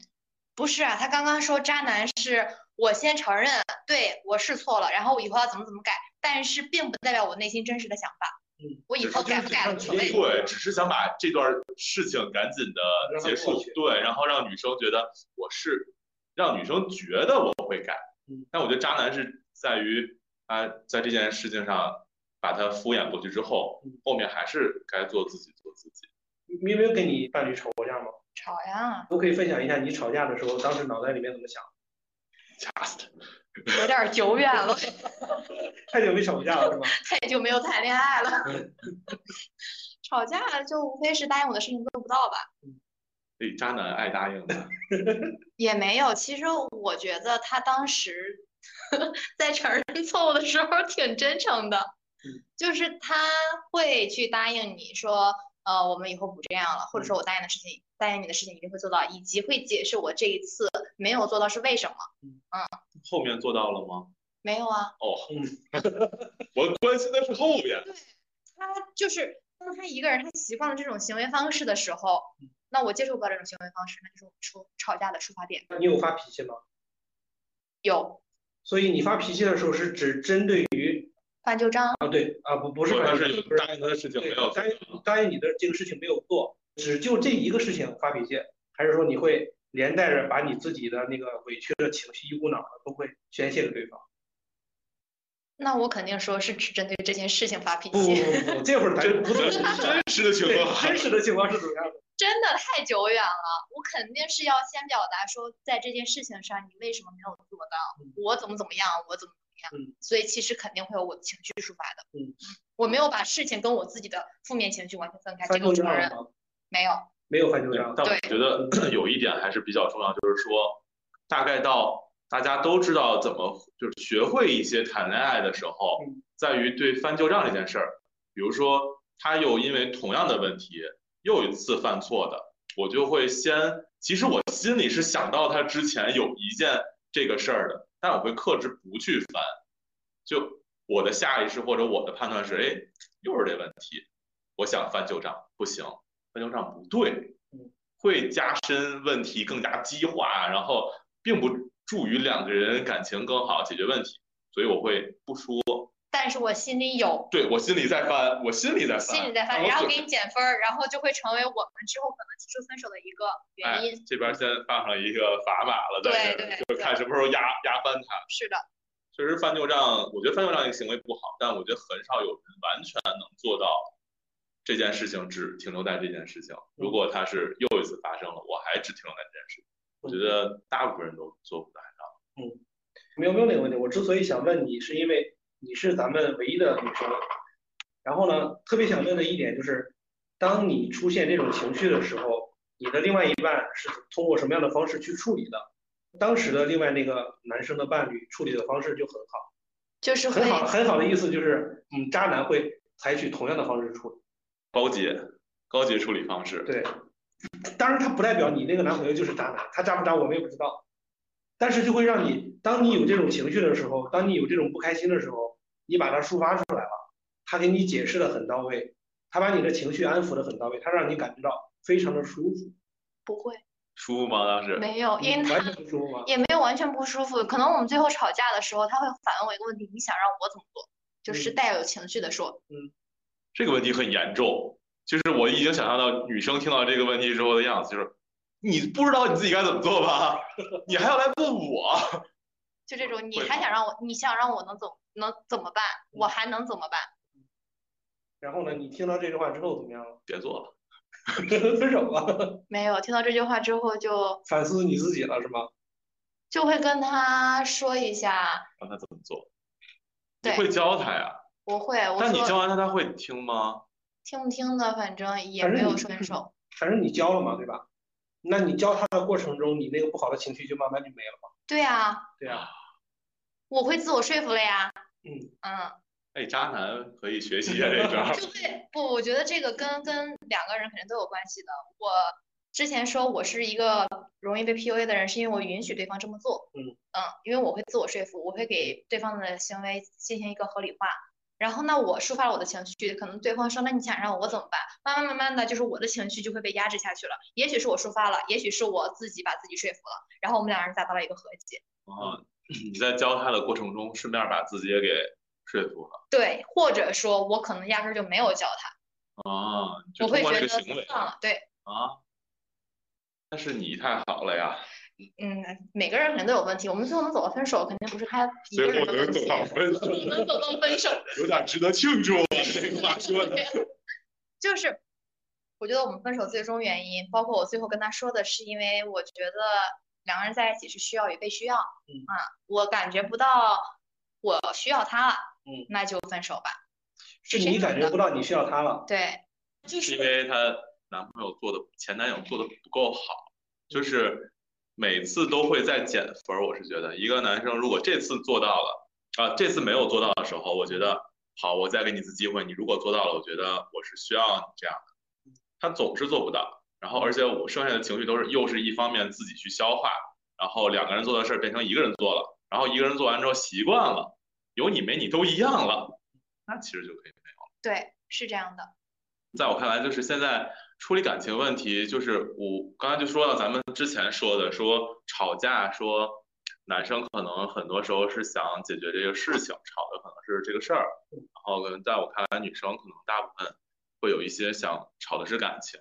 S3: 不是啊，他刚刚说渣男是我先承认，对我是错了，然后我以后要怎么怎么改，但是并不代表我内心真实的想法。
S1: 嗯，
S3: 我以
S2: 只
S3: 后
S2: 是
S3: 改不改
S1: 就是这
S3: 无所谓
S1: 样。
S2: 对，只是想把这段事情赶紧的
S1: 让它
S2: 结
S1: 过
S2: 束
S1: 去，
S2: 对，然后让女生觉得我是，让女生觉得我会改
S1: 嗯。
S2: 但我觉得渣男是在于他在这件事情上把他敷衍过去之后
S1: 嗯，
S2: 后面还是该做自己做自己。
S1: 你你有没有跟你伴侣吵过架吗？
S3: 吵呀，
S1: 都可以分享一下你吵架的时候，当时脑袋里面怎么想？
S2: 掐死他！
S3: 有点久远了，
S1: 太久没吵过架了是吧？
S3: 太久没有谈恋爱了。 吵架就无非是答应我的事情做不到吧，
S2: 所以渣男爱答 应的。
S3: 也没有。其实我觉得他当时 在承 认错误的时候挺真诚的，就是他会去答应你说，呃，我们以后不这样了，或者说我答应的事情，答应你的事情一定会做到，以及会解释我这一次没有做到是为什么。
S2: 后面做到了吗？
S3: 没有啊，
S2: 哦，
S1: 嗯，
S2: 我关心的是后面。
S3: 他就是当他一个人他习惯了这种行为方式的时候，那我接受不到这种行为方式，那就是我出吵架的出发点。
S1: 你有发脾气吗？
S3: 有
S1: 所以你发脾气的时候是只针对于
S3: 翻旧账，
S1: 啊对啊不不是
S2: 我
S1: 反
S2: 但
S1: 正
S2: 是有
S1: 不是
S2: 答应他的事情没
S1: 对
S2: 有做
S1: 答应答应你的这个事情没有做，只就这一个事情发脾气，还是说你会连带着把你自己的那个委屈的情绪一股脑的都会宣泄给对方？
S3: 那我肯定说是只针对这件事情发脾
S1: 不不
S3: 气，
S1: 不不， 这会儿咱
S2: 真
S1: 不
S2: 真
S1: 是
S2: 真实的情
S1: 对
S2: 况，
S1: 真实的情况是怎么样的？
S3: 真的太久远了。我肯定是要先表达说，在这件事情上你为什么没有做
S1: 嗯
S3: 到，我怎么怎么样，我怎么怎么样
S1: 嗯。
S3: 所以其实肯定会有我的情绪抒发的。
S1: 嗯，
S3: 我没有把事情跟我自己的负面情绪完全分开，
S1: 翻
S3: 这个
S1: 旧
S3: 我承
S1: 账
S3: 认
S1: 了吗？
S3: 没有。
S1: 没有翻旧
S2: 对
S1: 账，
S2: 但我
S3: 对
S2: 觉得 有一点还是比较重要，就是说，大概到大家都知道怎么就是学会一些谈恋爱的时候
S1: 嗯，
S2: 在于对翻旧账这件事儿，比如说他又因为同样的问题又一次犯错的，我就会先，其实我心里是想到他之前有一件这个事儿的，但我会克制不去翻，就我的下意识或者我的判断是，哎，又是这问题，我想翻旧账，不行，翻旧账不对，会加深问题，更加激化，然后并不助于两个人感情更好，解决问题。所以我会不说，
S3: 但是我心里有，
S2: 对我心里在翻，我心里在翻，
S3: 心里在
S1: 哎
S3: 翻，
S2: 我
S3: 然后
S2: 嘴
S3: 给你减分儿，然后就会成为我们之后可能提出分手的一个原因。
S2: 哎、这边先放上一个砝码了，
S3: 对
S2: 在这
S3: 对
S2: 儿就看什么时候压压翻它。
S3: 是的，
S2: 确实翻旧账，我觉得翻旧账这个行为不好，但我觉得很少有人完全能做到这件事情只停留在这件事情。如果它是又一次发生了，我还只停留在这件事情，我觉得大部分人都做不到。
S1: 喵喵那个问题，我之所以想问你，是因为你是咱们唯一的女生。然后呢，特别想问的一点就是，当你出现这种情绪的时候，你的另外一半是通过什么样的方式去处理的？当时的另外那个男生的伴侣处理的方式就很好，
S3: 就是会
S1: 很好，很好的意思就是，嗯，渣男会采取同样的方式处理。
S2: 高阶高阶处理方式，
S1: 对，当然他不代表你那个男朋友就是渣男，他渣不渣我们也不知道，但是就会让你，当你有这种情绪的时候，当你有这种不开心的时候，你把它抒发出来了，他给你解释的很到位，他把你的情绪安抚的很到位，他让你感觉到非常的舒服，
S3: 不会
S2: 舒服吗？当时
S3: 没有，因为
S1: 嗯完
S3: 他
S1: 全不舒服吗？
S3: 也没有完全不舒服。可能我们最后吵架的时候，他会反问我一个问题：你想让我怎么做？就是
S1: 嗯
S3: 带有情绪的说，
S2: 这个问题很严重，就是我已经想象到女生听到这个问题之后的样子，就是你不知道你自己该怎么做吧？ 你还要来问我？
S3: 就这种你
S2: 会
S3: 还
S2: 吗
S3: 想让我，你想让我能怎能怎么办？
S1: 嗯
S3: 我还能怎么办？
S1: 然后呢，你听到这句话之后怎么样了？
S2: 别做了，
S1: 分手了，
S3: 没有听到这句话之后就
S1: 反思你自己了是吗？
S3: 就会跟他说一下，
S2: 让他怎么做？你
S3: 对
S2: 会教他呀？
S3: 我会，我
S2: 但你
S3: 说
S2: 教完他，他会听吗？
S3: 听不听的，反正也
S1: 反
S3: 没
S1: 正
S3: 有
S1: 你
S3: 分手。
S1: 反正你教了嘛，对吧？那你教他的过程中，你那个不好的情绪就慢慢就没了嘛，
S3: 对啊，
S1: 对啊，
S3: 我会自我说服了呀。
S1: 嗯
S3: 嗯，
S2: 哎，渣男可以学习一下这 招儿。
S3: 就会不，我觉得这个跟跟两个人肯定都有关系的。我之前说我是一个容易被 PUA 的人，是因为我允许对方这么做。
S1: 嗯
S3: 因为我会自我说服，我会给对方的行为进行一个合理化。然后呢，我抒发了我的情绪，可能对方说：“那你想让我怎么办？”慢慢慢慢的就是我的情绪就会被压制下去了。也许是我抒发了，也许是我自己把自己说服了，然后我们两人达到了一个和解。
S2: 啊，你在教他的过程中，顺便把自己也给说服了
S3: 对，或者说我可能压根儿就没有教他，
S2: 啊，就
S3: 我会
S2: 通
S3: 觉
S2: 过这
S3: 得
S2: 个行为
S3: 算了。对，
S2: 啊。但是你太好了呀，
S3: 嗯，每个人肯定都有问题，我们最后能走到分手，肯定不是他一
S2: 所
S3: 个
S2: 以
S3: 人
S2: 我
S3: 的
S2: 觉得
S3: 问
S2: 走
S3: 题，
S2: 到分手
S3: 我们走到分手。
S2: 有点值得庆祝啊，这个话说的。
S3: 就是我觉得我们分手最终原因，包括我最后跟他说的，是因为我觉得两个人在一起是需要与被需要，
S1: 嗯
S3: 啊，我感觉不到我需要他了，
S1: 嗯，
S3: 那就分手吧。
S1: 是
S3: 这
S1: 你
S3: 种
S1: 感觉
S3: 的
S1: 不到你需要他了。
S3: 对，就是是
S2: 因为她男朋友做的前男友做的不够好，就是每次都会在减分儿。我是觉得一个男生如果这次做到了啊，这次没有做到的时候，我觉得好，我再给你一次机会。你如果做到了，我觉得我是需要你这样的。他总是做不到，然后而且我剩下的情绪都是又是一方面自己去消化，然后两个人做的事儿变成一个人做了，然后一个人做完之后习惯了，有你没你都一样了，那其实就可以。
S3: 对，是这样的，
S2: 在我看来，就是现在处理感情问题，就是我刚才就说到咱们之前说的，说吵架，说男生可能很多时候是想解决这个事情，吵的可能是这个事儿，然后可能在我看来，女生可能大部分会有一些想吵的是感情，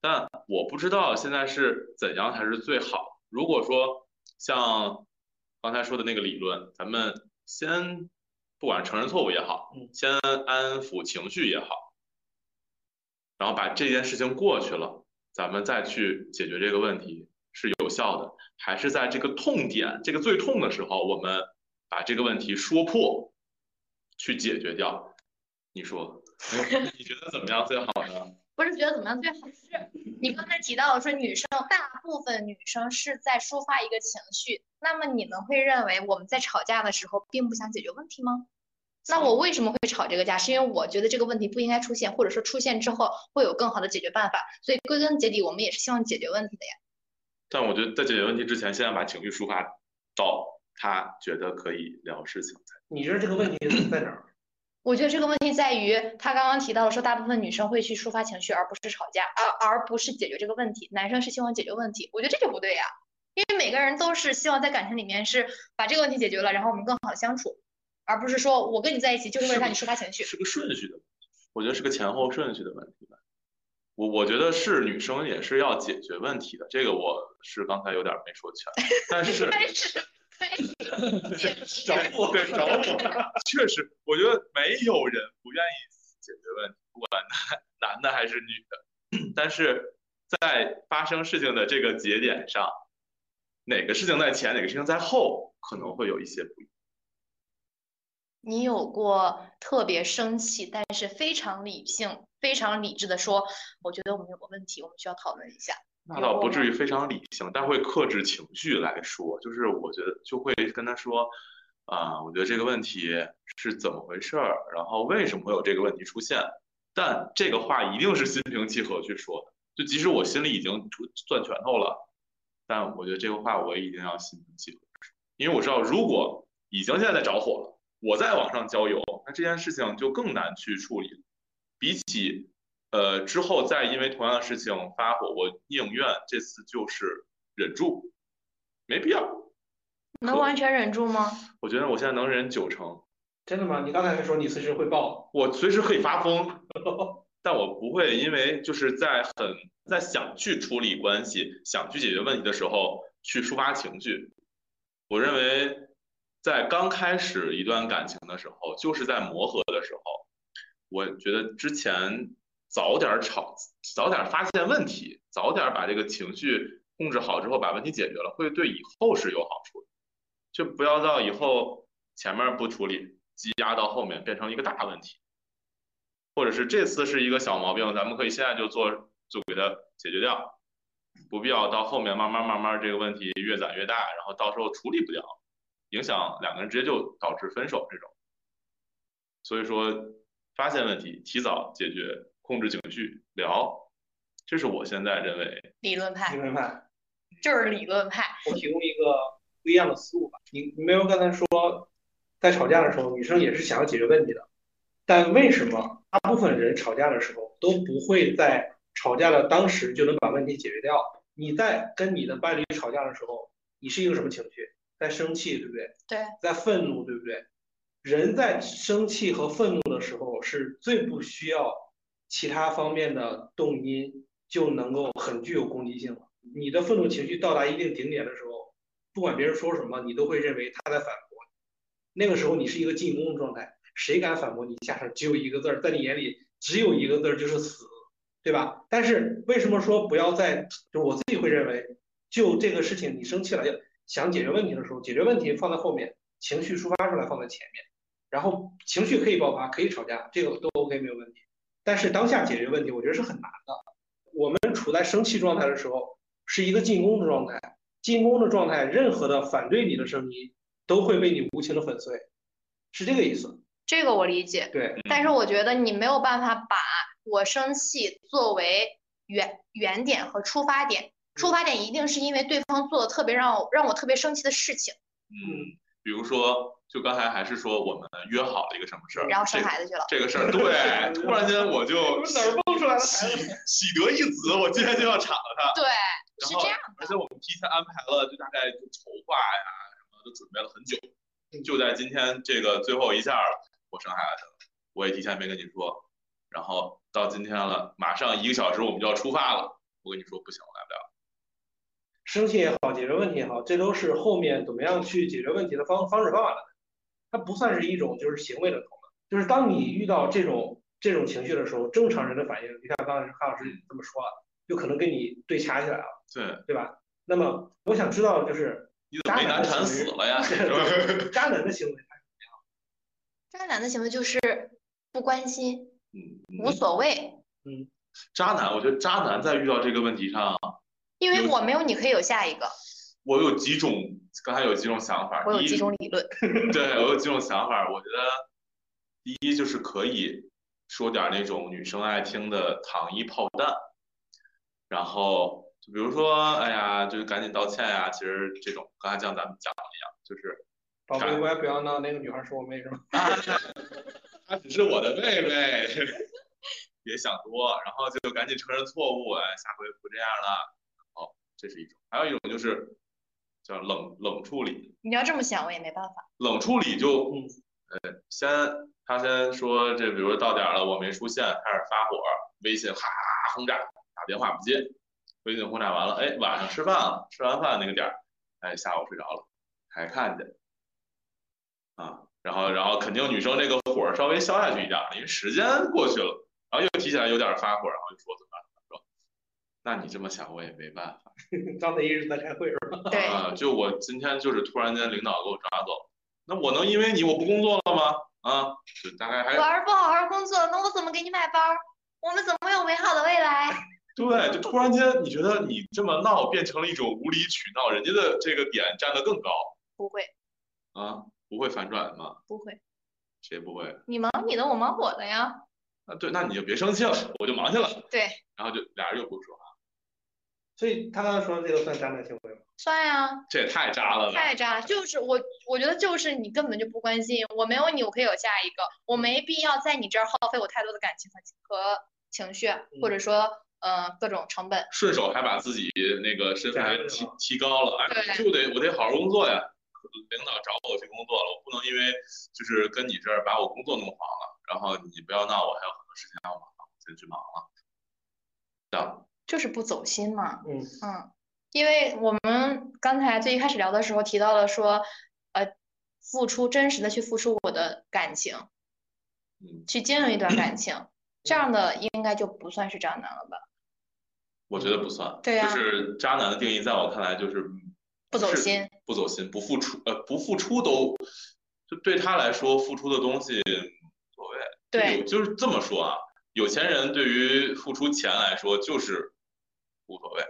S2: 但我不知道现在是怎样才是最好。如果说像刚才说的那个理论，咱们先不管承认错误也好
S1: 嗯，
S2: 先安抚情绪也好。然后把这件事情过去了，咱们再去解决这个问题是有效的，还是在这个痛点、这个最痛的时候，我们把这个问题说破，去解决掉？你说，哎你觉得怎么样最好呢？
S3: 不是觉得怎么样最好，是你刚才提到说女生大部分女生是在抒发一个情绪，那么你们会认为我们在吵架的时候并不想解决问题吗？那我为什么会吵这个架？是因为我觉得这个问题不应该出现，或者说出现之后会有更好的解决办法。所以归根结底，我们也是希望解决问题的呀。
S2: 但我觉得在解决问题之前，先要把情绪抒发到他觉得可以聊事情。
S1: 你觉得这个问题在哪儿？
S3: 我觉得这个问题在于，他刚刚提到了说，大部分女生会去抒发情绪，而不是吵架，而而不是解决这个问题。男生是希望解决问题，我觉得这就不对呀、因为每个人都是希望在感情里面是把这个问题解决了，然后我们更好的相处，而不是说我跟你在一起就是为了让你抒发情绪。
S2: 是个顺序的，我觉得是个前后顺序的问题吧。我我觉得是女生也是要解决问题的，这个我是刚才有点没说全，但是
S3: 但是， 对，也是
S2: 找我，对找我，确实，我觉得没有人不愿意解决问题，不管男男的还是女的，但是在发生事情的这个节点上，哪个事情在前，哪个事情在后，可能会有一些不一样。
S3: 你有过特别生气，但是非常理性、非常理智的说，我觉得我们有个问题，我们需要讨论一下。
S2: 那倒不至于非常理性，但会克制情绪来说，就是我觉得就会跟他说，啊、我觉得这个问题是怎么回事儿，然后为什么会有这个问题出现，但这个话一定是心平气和去说的，就即使我心里已经出攥拳头了，但我觉得这个话我一定要心平气和地说，因为我知道如果已经现在在着火了，我再往上浇油，那这件事情就更难去处理了。比起呃，之后再因为同样的事情发火，我宁愿这次就是忍住，没必要。
S3: 能完全忍住吗？
S2: 我觉得我现在能忍九成，
S1: 真的吗？你刚才还说你随时会爆，
S2: 我随时可以发疯， 但我不会因为就是在很在想去处理关系、想去解决问题的时候去抒发情绪。我认为，在刚开始一段感情的时候，就是在磨合的时候，我觉得之前早点吵，早点发现问题，早点把这个情绪控制好之后，把问题解决了，会对以后是有好处的。就不要到以后前面不处理，积压到后面变成一个大问题，或者是这次是一个小毛病，咱们可以现在就做，就给它解决掉，不必要到后面慢慢慢慢这个问题越攒越大，然后到时候处理不了，影响两个人直接就导致分手这种。所以说，发现问题，提早解决，控制情绪，聊，这是我现在认为
S3: 理论派
S1: 你明白？
S3: 就是理论派。
S1: 我提供一个不一样的思路吧。你你没有刚才说，在吵架的时候，女生也是想要解决问题的，但为什么大部分人吵架的时候都不会在吵架的当时就能把问题解决掉？你在跟你的伴侣吵架的时候，你是一个什么情绪？在生气，对不对？
S3: 对，
S1: 在愤怒，对不对？人在生气和愤怒的时候，是最不需要其他方面的动因就能够很具有攻击性了。你的愤怒情绪到达一定顶点的时候，不管别人说什么，你都会认为他在反驳你。那个时候你是一个进攻的状态，谁敢反驳你，下场只有一个字儿，在你眼里只有一个字儿就是死，对吧？但是为什么说不要在？就是我自己会认为，就这个事情你生气了，要想解决问题的时候，解决问题放在后面，情绪抒发出来放在前面，然后情绪可以爆发，可以吵架，这个都 OK 没有问题。但是当下解决问题，我觉得是很难的。我们处在生气状态的时候，是一个进攻的状态，进攻的状态，任何的反对你的声音都会被你无情的粉碎，是这个意思。
S3: 这个我理解。
S1: 对，
S2: 嗯
S3: 但是我觉得你没有办法把我生气作为原原点和出发点，
S2: 嗯
S3: 出发点一定是因为对方做的特别让我让我特别生气的事情，
S2: 嗯，比如说，就刚才还是说我们约好了一个什么事儿，
S3: 然后生
S2: 这
S3: 孩子去了。
S2: 这个事 儿，对，突然间我就
S1: 哪儿蹦出来的
S2: 喜喜得一子，我今天就要产了它。
S3: 对，
S2: 然
S3: 是
S2: 后
S3: 这样
S2: 而且我们提前安排了，就大概就筹划呀什么都准备了很久，就在今天这个最后一下儿我生孩子了，我也提前没跟你说，然后到今天了，马上一个小时我们就要出发了，我跟你说不行，我来不了。
S1: 生气也好，解决问题也好，这都是后面怎么样去解决问题的方方式方法的。它不算是一种就是行为的讨论，就是当你遇到这种这种情绪的时候，正常人的反应，就像刚才韩老师这么说了，就可能跟你对掐起来了，
S2: 对，
S1: 对吧？那么我想知道，就是
S2: 你怎么没难产死了呀？是吧
S1: 渣男的行为，
S3: 渣男的行为就是不关心，
S2: 嗯，
S3: 无所谓，
S2: 渣男，我觉得渣男在遇到这个问题上，嗯
S3: 因为我没有你可以有下一个，
S2: 我有几种，刚才有几种想法。
S3: 我有
S2: 第一
S3: 几种理论。
S2: 对我有几种想法，我觉得第一就是可以说点儿那种女生爱听的糖衣炮弹，然后就比如说，哎呀，就是赶紧道歉呀、其实这种刚才像咱们讲的一样，就是
S1: 宝贝，我也不要闹那个女孩说我妹是吧？
S2: 啊，她只是我的 妹妹，别想多，然后就赶紧承认错误，哎，下回不这样了。好，这是一种，还有一种就是叫冷冷处理，
S3: 你要这么想，我也没办法。
S2: 冷处理就
S1: 嗯
S2: 先他先说这，比如说到点儿了我没出现，开始发火，微信哈轰炸，打电话不接，微信轰炸完了，哎，晚上吃饭了，吃完饭那个点儿，哎，下午睡着了，还看见，啊，然后然后肯定女生这个火儿稍微消下去一点儿，因为时间过去了，然后又提起来有点儿发火，然后就说怎么办？怎么说？那你这么想我也没办法。
S1: 刚才一直在开会是吧？
S3: 对，
S2: 啊，就我今天就是突然间领导给我抓走，那我能因为你我不工作了吗？啊，就大概还
S3: 我要是不好好工作，那我怎么给你买包？我们怎么有美好的未 来？
S2: 对，就突然间你觉得你这么闹变成了一种无理取闹，人家的这个点站得更高
S3: 不会，
S2: 啊，不会反转吗？
S3: 不会，
S2: 谁不会？
S3: 你忙你的，我忙我的呀。
S2: 啊，对，那你就别生气了，我就忙去了。
S3: 对，
S2: 然后就俩人又不说话，
S1: 所以他刚才说的这个算渣男行为吗？
S3: 算呀、
S2: 这也太渣了吧？
S3: 太渣了，就是我，我觉得就是你根本就不关心我，没有你，我可以有下一个，我没必要在你这儿耗费我太多的感情和和情绪，或者说呃各种成本。
S2: 顺手还把自己那个身份还
S1: 对
S2: 提提高了，哎，
S3: 对
S2: 就得我得好好工作呀。领导找我去工作了，我不能因为就是跟你这儿把我工作弄黄了，然后你不要闹，我还有很多事情要忙，我先去忙了。这样，
S3: 就是不走心嘛。
S1: 嗯
S3: 因为我们刚才最一开始聊的时候提到了说，呃，付出真实的去付出我的感情，
S2: 嗯，
S3: 去经营一段感情，这样的应该就不算是渣男了吧？
S2: 我觉得不算。
S3: 对呀
S2: 就是渣男的定义，在我看来就是
S3: 不走
S2: 是
S3: 心，
S2: 不走心，不付出，呃，不付出都就对他来说，付出的东西有
S3: 对，
S2: 就是这么说啊，有钱人对于付出钱来说就是无所谓，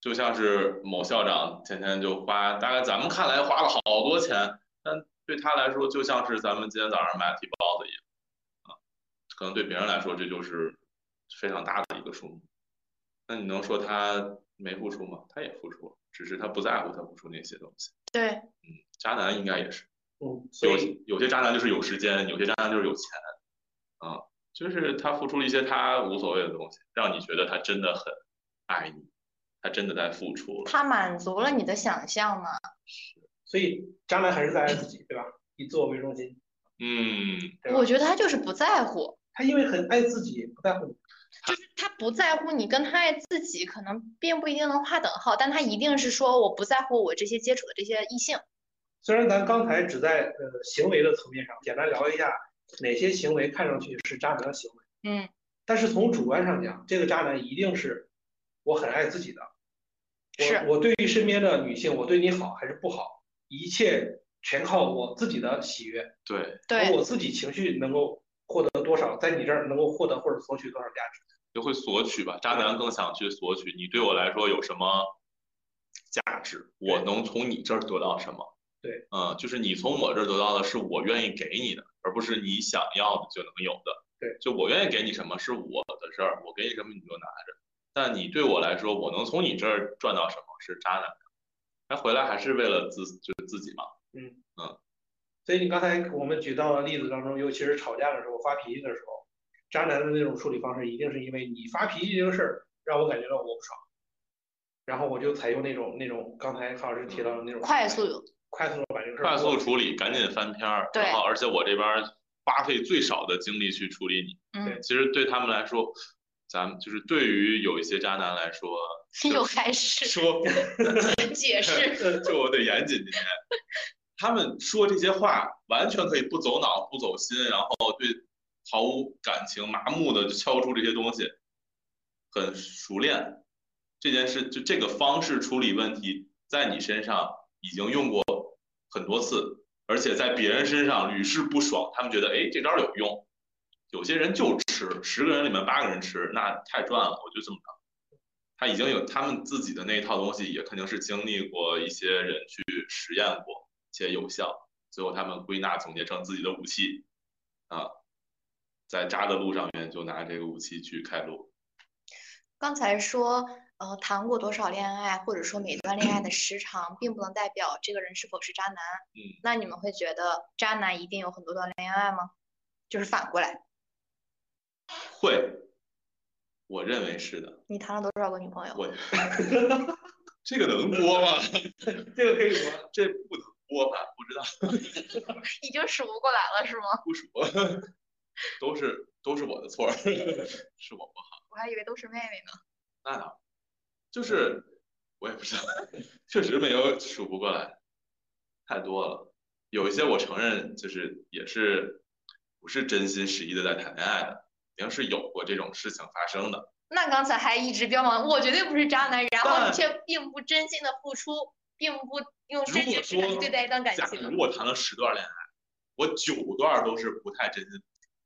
S2: 就像是某校长天天就花，大概咱们看来花了好多钱，但对他来说就像是咱们今天早上买屉包子一样，啊，可能对别人来说这就是非常大的一个数目。那你能说他没付出吗？他也付出了，只是他不在乎他付出那些东西。
S3: 对，
S2: 渣男应该也是。
S1: 嗯，所
S2: 有
S1: 以
S2: 有些渣男就是有时间，有些渣男就是有钱，啊、就是他付出了一些他无所谓的东西，让你觉得他真的很爱你，他真的在付出了。
S3: 他满足了你的想象嘛？
S1: 所以渣男还是在爱自己，对吧？以自我为中心，
S2: 嗯，
S1: 对吧
S3: 我觉得他就是不在乎，
S1: 他因为很爱自己，不在乎你。
S3: 就是他不在乎你跟他爱自己，可能并不一定能划等号，但他一定是说我不在乎我这些接触的这些异性。
S1: 虽然咱刚才只在呃行为的层面上简单聊一下哪些行为看上去是渣男的行为，
S3: 嗯，
S1: 但是从主观上讲，这个渣男一定是我很爱自己的，
S3: 是
S1: 我我对于身边的女性，我对你好还是不好，一切全靠我自己的喜悦，
S2: 对，
S1: 和
S3: 对，
S1: 我自己情绪能够获得多少，在你这儿能够获得或者索取多少价值。
S2: 就会索取吧，渣
S1: 嗯
S2: 男更想去索取。你对我来说有什么价值？我能从你这儿得到什么？
S1: 对，
S2: 嗯，就是你从我这儿得到的是我愿意给你的，而不是你想要的就能有的。
S1: 对，
S2: 就我愿意给你什么是我的事儿，我给你什么你就拿着。但你对我来说，我能从你这儿赚到什么是渣男的，他回来还是为了自就是自己嘛。
S1: 所以你刚才我们举到的例子当中，尤其是吵架的时候、发脾气的时候，渣男的那种处理方式，一定是因为你发脾气这个事儿让我感觉到我不爽，然后我就采用那种那种刚才康老师提到的那种
S3: 快速
S1: 快速地把这个事儿
S2: 快速
S1: 做
S2: 处理，赶紧翻篇儿，
S3: 对
S2: 然后而且我这边儿花费最少的精力去处理你。
S3: 嗯，
S2: 其实对他们来说，咱们就是对于有一些渣男来说，
S3: 又开 始
S2: 说
S3: 解释，
S2: 就我得严谨今天，他们说这些话完全可以不走脑、不走心，然后对毫无感情、麻木的就敲出这些东西，很熟练。这件事就这个方式处理问题，在你身上已经用过很多次，而且在别人身上屡试不爽。他们觉得，哎，这招有用。有些人就吃，十个人里面八个人吃，那太赚了，我就这么着。他已经有他们自己的那一套东西，也肯定是经历过一些人去实验过，且有效，最后他们归纳总结成自己的武器，啊，在渣的路上面就拿这个武器去开路。
S3: 刚才说，呃，谈过多少恋爱，或者说每段恋爱的时长，并不能代表这个人是否是渣男。
S2: 嗯，
S3: 那你们会觉得渣男一定有很多段恋爱吗？就是反过来，
S2: 会，我认为是的。
S3: 你谈了多少个女朋友？
S2: 我 这个能播吗？
S1: 这个可以吗？
S2: 这不能播吧？不知道，
S3: 已经数不过来了是吗？
S2: 不说， 都是都是我的错儿， 是我不好。
S3: 我还以为都是妹妹呢。
S2: 那哪就是我也不知道， 确实没有数不过来，太多了。有一些我承认就是也是不是真心实意的在谈恋爱的，肯定是有过这种事情发生的。
S3: 那刚才还一直标榜我绝对不是渣男，然后你
S2: 但
S3: 却并不真心的付出，并不用
S2: 如
S3: 真
S2: 果
S3: 情实感去
S2: 说
S3: 对待一段感
S2: 假如
S3: 情。
S2: 我谈了十段恋爱，我九段都是不太真心，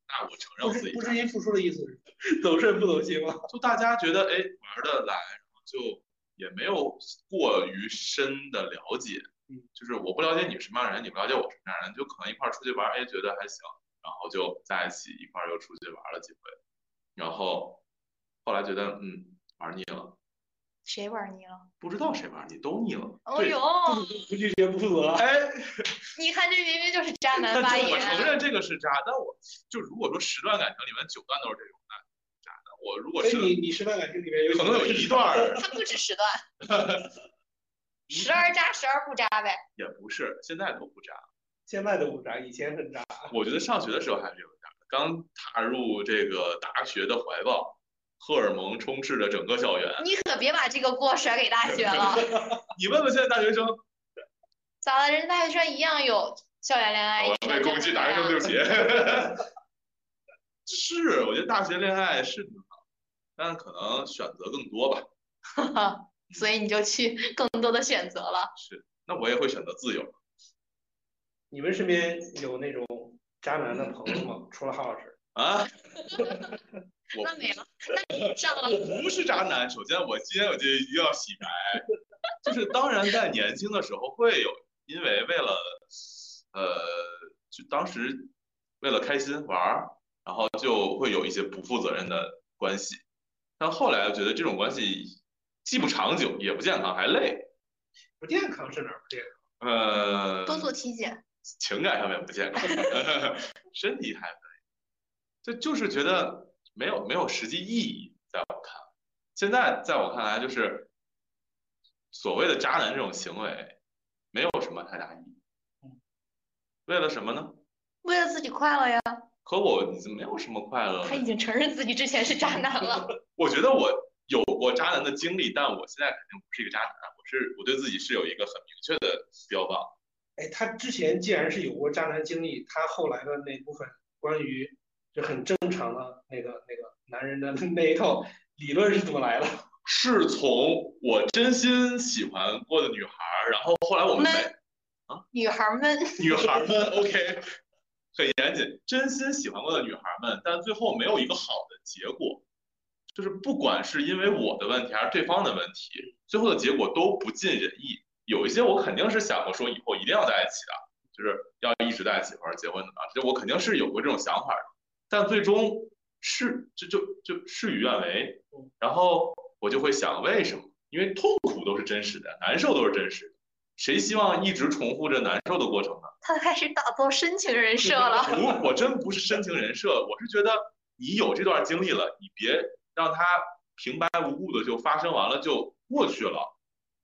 S2: 那我承认
S1: 不
S2: 我自
S1: 是
S2: 己
S1: 不
S2: 渣
S1: 知心付出的意思 是走肾不走心吗？
S2: 就大家觉得哎玩得来，然后就也没有过于深的了解，
S1: 嗯，
S2: 就是我不了解你什么样的人，你不了解我什么样的人，就可能一块儿出去玩，哎，觉得还行，然后就在一起一块儿又出去玩了几回，然后后来觉得嗯玩腻了，
S3: 谁玩腻了？
S2: 不知道谁玩腻，都腻了，
S3: 哦
S2: 对，
S3: 呦，
S1: 不拒绝不负责，
S2: 哎，
S3: 你看这明明就是
S2: 但
S3: 渣男啊发
S2: 就我承
S3: 言。
S2: 认这个是渣，但我就如果说十段感情里面九段都是这种那渣的，我如果
S1: 所以
S2: 是
S1: 你你十段感情里面有
S2: 可能有一段儿
S3: 他不止十段， 十二渣十二不渣呗。
S2: 也不是，现在都不渣。
S1: 现在都不渣，以前很渣。
S2: 我觉得上学的时候还是有点儿，刚踏入这个大学的怀抱，荷尔蒙充斥着整个校园。
S3: 你可别把这个锅甩给大学 了，
S2: 你问问现在大学生，
S3: 咋了？人家大学生一样有校园恋爱，啊
S2: 我要被攻击，大学生对不起。
S3: 哎
S2: 是，我觉得大学恋爱是挺好，但可能选择更多吧。
S3: 起。所以你就去 更多的选择了。
S2: 是，那我也会选择自由。
S1: 你们身边有那种渣男的朋友吗？ 除了哈老师，
S2: 啊，我
S3: 那没了，那你上了。
S2: 不是渣男。首先，我今天我就一定要洗白，就是当然在年轻的时候会有，因为为了呃，就当时为了开心玩儿，然后就会有一些不负责任的关系。但后来我觉得这种关系既不长久，也不健康，还累。
S1: 不健康是哪儿不健康？
S2: 呃，
S3: 多做体检，
S2: 情感上面不健康，身体还可以，这就是觉得没有没有实际意义，在我看来，现在在我看来就是所谓的渣男这种行为，没有什么太大意义。为了什么呢？
S3: 为了自己快乐呀。
S2: 和我没有什么快乐的。
S3: 他已经承认自己之前是渣男了。
S2: 我觉得我有过渣男的经历，但我现在肯定不是一个渣男，我是我对自己是有一个很明确的标榜。
S1: 哎，他之前既然是有过渣男经历，他后来的那部分关于就很正常的那个那个男人的那一套理论是怎么来的？
S2: 是从我真心喜欢过的女孩儿，然后后来我们没
S3: 闷女孩们，
S2: 女孩儿们，OK，很严谨，真心喜欢过的女孩儿们，但最后没有一个好的结果，就是不管是因为我的问题还是对方的问题，最后的结果都不尽人意。有一些我肯定是想过说以后一定要在一起的，就是要一直在一起或者结婚的啊，这我肯定是有过这种想法的，但最终事就就就事与愿违，然后我就会想为什么？因为痛苦都是真实的，难受都是真实的，谁希望一直重复着难受的过程呢？
S3: 他开始打造深情人设了。
S2: 不，我真不是深情人设，我是觉得你有这段经历了，你别让它平白无故的就发生完了就过去了，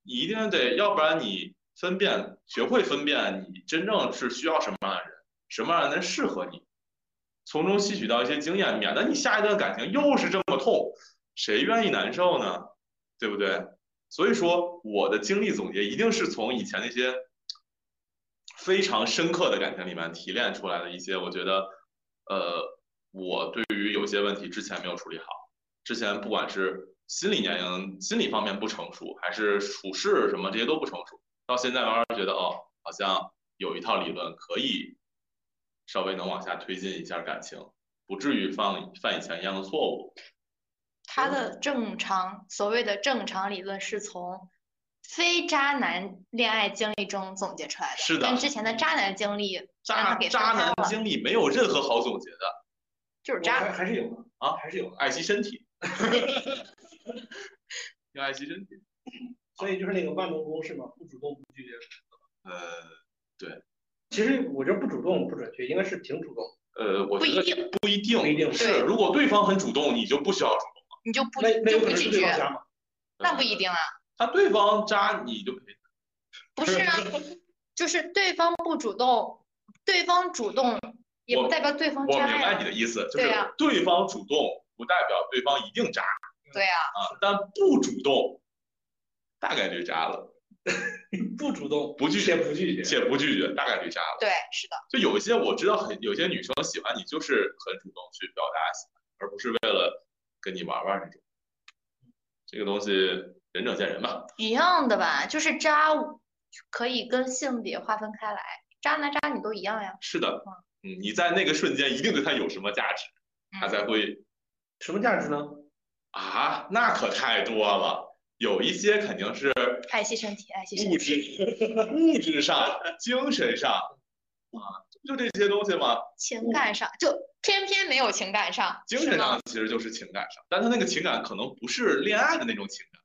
S2: 你一定得，要不然你分辨，学会分辨你真正是需要什么样的人，什么样的人适合你，从中吸取到一些经验，免得你下一段感情又是这么痛，谁愿意难受呢？对不对？所以说，我的经历总结一定是从以前那些非常深刻的感情里面提炼出来的一些，我觉得，呃，我对于有些问题之前没有处理好，之前不管是心理年龄、心理方面不成熟，还是处事什么这些都不成熟，到现在慢慢觉得哦，好像有一套理论可以稍微能往下推进一下感情，不至于犯犯以前一样的错误。
S3: 他的正常，所谓的正常理论是从非渣男恋爱经历中总结出来的，
S2: 是的
S3: 但之前的渣男经历让他
S2: 渣
S3: 给分
S2: 渣
S3: 开
S2: 男
S3: 了
S2: 经历没有任何好总结的。
S3: 就是
S1: 我还
S3: 渣。
S1: 还是有的
S2: 啊
S1: 还是有的。
S2: 爱惜身 体， 要爱惜身体。
S1: 所以就是那个万能公式嘛，不主动不拒绝。
S2: 呃
S1: 其实我觉得不主动不准确，应该是挺主动。
S2: 呃，我
S3: 不
S2: 觉
S3: 一
S2: 得
S3: 定
S2: 不一定，
S1: 不一定
S2: 是
S3: 对
S2: 如果对方很主动，你就不需要主动。
S3: 你就不
S1: 那那有
S3: 就
S1: 可
S3: 不
S1: 能是
S3: 拒
S1: 对方
S3: 绝，
S1: 家嘛？
S3: 那不一定啊，
S2: 他对方渣，你就陪。
S3: 不是啊， 就是对方不主动，对方主动也
S2: 我
S3: 不代表对方
S2: 我
S3: 渣
S2: 明白你
S3: 哦呀，
S2: 的意思，就是
S3: 对啊呀
S2: 对方主动不代表对方一定渣
S3: 对啊，
S2: 啊，但不主动大概率渣了，
S1: 不主动，
S2: 不拒绝
S1: 且不拒绝。
S2: 且不拒绝大概率渣了。
S3: 对，是的，
S2: 就有一些我知道很有些女生喜欢你，就是很主动去表达喜欢，而不是为了跟你玩玩那种。这个东西仁者见仁吧。
S3: 一样的吧，就是渣可以跟性别划分开来，渣男渣女都一样呀，
S2: 是的，嗯，你在那个瞬间一定对他有什么价值，他
S3: 嗯，
S2: 才会
S1: 什么价值呢？
S2: 啊，那可太多了。有一些肯定是
S3: 爱惜身体，爱惜身
S2: 物
S3: 体，
S2: 质、物质上、精神上啊，就这些东西嘛。
S3: 情感上就偏偏没有情感上，
S2: 嗯精
S3: 是
S2: 神
S3: 吗
S2: 上其实就是情感上，但他那个情感可能不是恋爱的那种情感。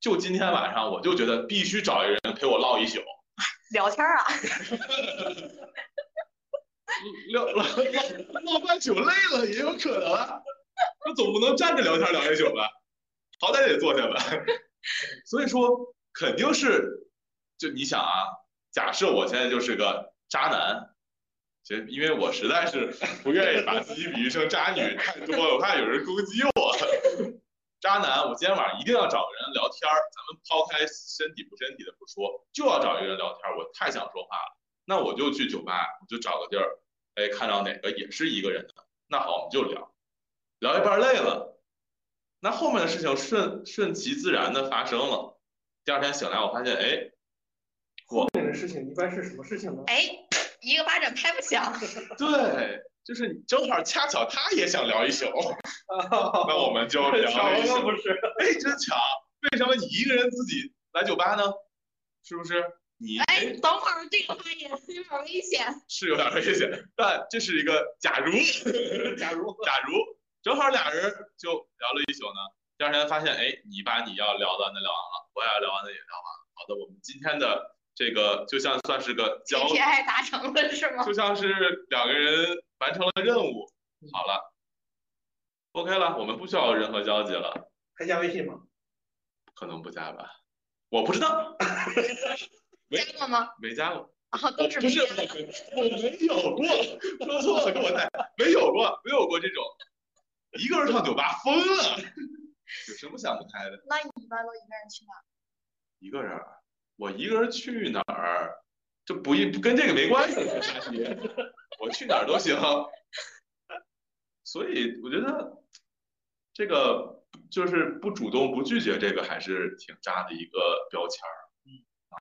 S2: 就今天晚上，我就觉得必须找一个人陪我唠一宿，
S3: 聊天儿啊，
S2: 聊唠唠唠半宿累了也有可能啊，那总不能站着聊天聊一宿吧，好歹得坐下吧。 所以说肯定是，就你想啊，假设我现在就是个渣男，其实因为我实在是不愿意把自己比喻成渣女太多了，我怕有人攻击我。 渣男，我今天晚上一定要找个人聊天儿，咱们抛开身体不身体的不说，就要找一个人聊天儿，我太想说话了。那我就去酒吧，我就找个地儿，哎，看到哪个也是一个人的，那好，我们就聊，聊一半累了，那后面的事情顺顺其自然的发生了。第二天醒来，我发现，哎，
S1: 这个事情一般是什么事情呢？
S3: 哎，一个巴掌拍不响，
S2: 对，就是你正好恰巧他也想聊一宿，那我们就 聊一
S1: 巧
S2: 宿
S1: 吗？。不是，
S2: 哎，真巧，为什么你一个人自己来酒吧呢？是不是？你
S3: 哎，等会儿这个发言有点危险，
S2: 是有点危险，但这是一个假如。
S1: 假如
S2: 假如正好俩人就聊了一宿呢，第二天发现，哎，你把你要聊的那聊完了，我要聊完的也聊完了。好的，我们今天的这个就像算是个交，
S3: ，KPI 达成了是吗？
S2: 就像是两个人完成了任务，好了，OK 了，我们不需要有任何交集了，
S1: 还加微信吗？
S2: 可能不加吧，我不知道，没
S3: 加过吗？
S2: 没加过，
S3: 啊，
S2: 我
S3: 都是
S2: 不是
S3: 没
S2: 我
S3: 加的
S2: 我没有过，说错了，给我带，没有过，没有过这种，一个人上酒吧疯了，有什么想不开的？
S3: 那你一般都一个人去哪儿？
S2: 一个人儿，我一个人去哪儿，这不一不跟这个没关系，我去哪儿都行。所以我觉得这个就是不主动不拒绝，这个还是挺渣的一个标签儿。嗯啊，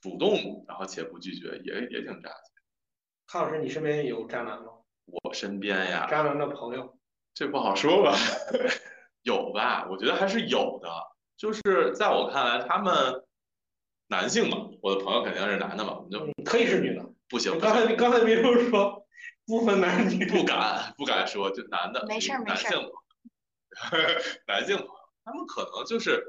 S2: 主动然后且不拒绝也也挺渣。
S1: 康老师，你身边有渣男吗？
S2: 我身边呀，
S1: 渣男的朋友，
S2: 这不好说吧？ 有吧？我觉得还是有的。就是在我看来，他们男性嘛，我的朋友肯定是男的嘛，我们就
S1: 嗯可以是女的。
S2: 不行，
S1: 我
S2: 不
S1: 刚才
S2: 行，
S1: 刚才没有说不分男女，
S2: 不敢，不敢说，就男的，嗯
S3: 没事儿没
S2: 男
S3: 事儿
S2: 性朋友， 男性朋友，他们可能就是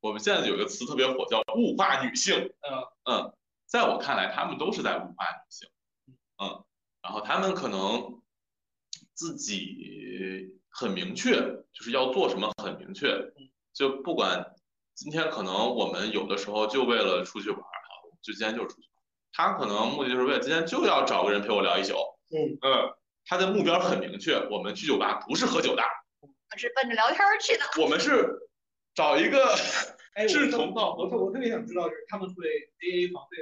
S2: 我们现在有一个词特别火，叫物化女性。
S1: 嗯
S2: 嗯，在我看来，他们都是在物化女性。嗯，然后他们可能自己很明确，就是要做什么很明确，就不管今天可能我们有的时候就为了出去玩儿啊，就今天就是出去玩儿。他可能目的就是为了今天就要找个人陪我聊一宿。
S1: 嗯
S2: 嗯，他的目标很明确，我们去酒吧不是喝酒的，
S3: 我是奔着聊天儿去的。
S2: 我们是找一个
S1: 哎，我
S2: 志同道
S1: 我
S2: 合。
S1: 特我特别想知道，就是他们会 A A 房费，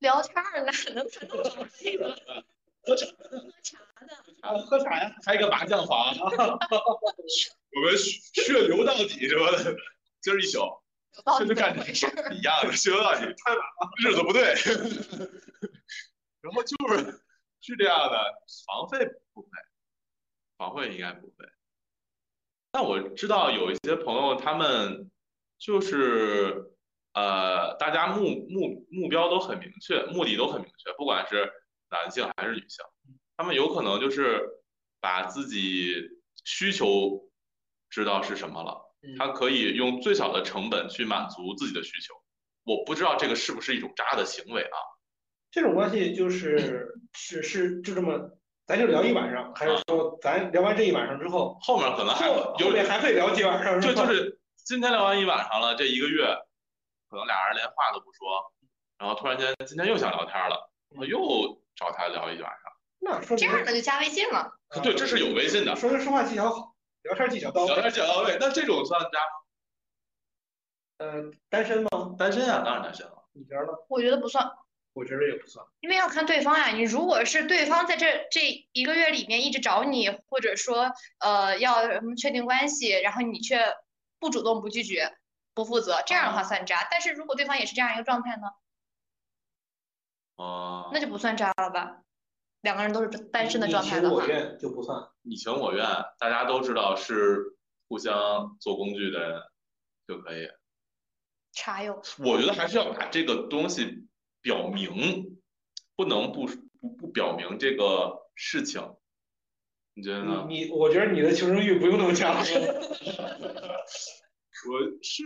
S3: 聊天儿哪能谈到这个？
S2: 喝茶
S3: 喝茶的，
S2: 啊，喝茶呀，开个麻将 房，我们血血流到底什么的，今儿一宿
S3: 到
S2: 这就
S3: 底怎
S2: 干
S3: 么回事儿？
S2: 一样的，血流到底，太晚了，日子不对。 然后就是是这样的，房费不会，房费应该不会。但我知道有一些朋友，他们就是呃，大家目目目标都很明确，目的都很明确，不管是男性还是女性，他们有可能就是把自己需求知道是什么了。他可以用最小的成本去满足自己的需求。我不知道这个是不是一种渣的行为啊？
S1: 这种关系就是是是就这么咱就聊一晚上，还是说咱聊完这一晚上之后，
S2: 后面可能还
S1: 后
S2: 有
S1: 后面还会聊几晚上？
S2: 就
S1: 吧
S2: 就是今天聊完一晚上了，这一个月可能俩人连话都不说，然后突然间今天又想聊天了，我又找他聊一晚上。
S1: 那说
S3: 这
S1: 明
S3: 样的就加微信了。
S1: 啊
S2: 对，这是有微信的，
S1: 说明说话技巧好，聊天技巧到
S2: 聊
S1: 位。
S2: 天讲到位。那这种算加
S1: 呃，单身吗？
S2: 单身啊，当然单身了。
S1: 你觉得呢？
S3: 我觉得不算，
S1: 我觉得也不算。
S3: 因为要看对方呀。你如果是对方在这这一个月里面一直找你，或者说呃要什么确定关系，然后你却不主动、不拒绝、不负责，这
S1: 哦
S3: 样的话算渣。但是如果对方也是这样一个状态呢，
S2: 嗯，
S3: 那就不算渣了吧？两个人都是单身的
S1: 你
S3: 状态
S1: 情
S3: 的
S1: 我
S3: 话，
S1: 愿就不算。
S2: 你情我愿，大家都知道是互相做工具的人就可以。
S3: 茶友
S2: 我觉得还是要把这个东西表明，不能不不不表明这个事情，你觉得呢？
S1: 嗯你你，我觉得你的求生欲不用那么强。
S2: 我是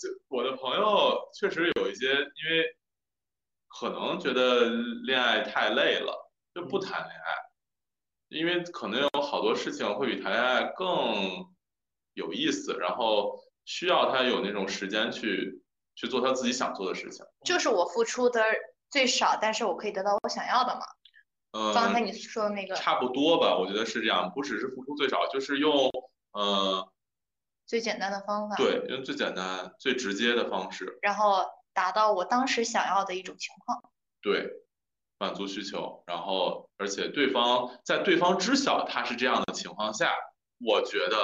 S2: 就我的朋友确实有一些，因为可能觉得恋爱太累了，就不谈恋爱，因为可能有好多事情会比谈恋爱更有意思，然后需要他有那种时间去去做他自己想做的事情。
S3: 就是我付出的最少，但是我可以得到我想要的嘛。
S2: 嗯，
S3: 刚才你说的那个
S2: 差不多吧，我觉得是这样，不只是付出最少，就是用呃，
S3: 最简单的方法，
S2: 对，用最简单、最直接的方式，
S3: 然后达到我当时想要的一种情况。
S2: 对，满足需求，然后而且对方在对方知晓他是这样的情况下，我觉得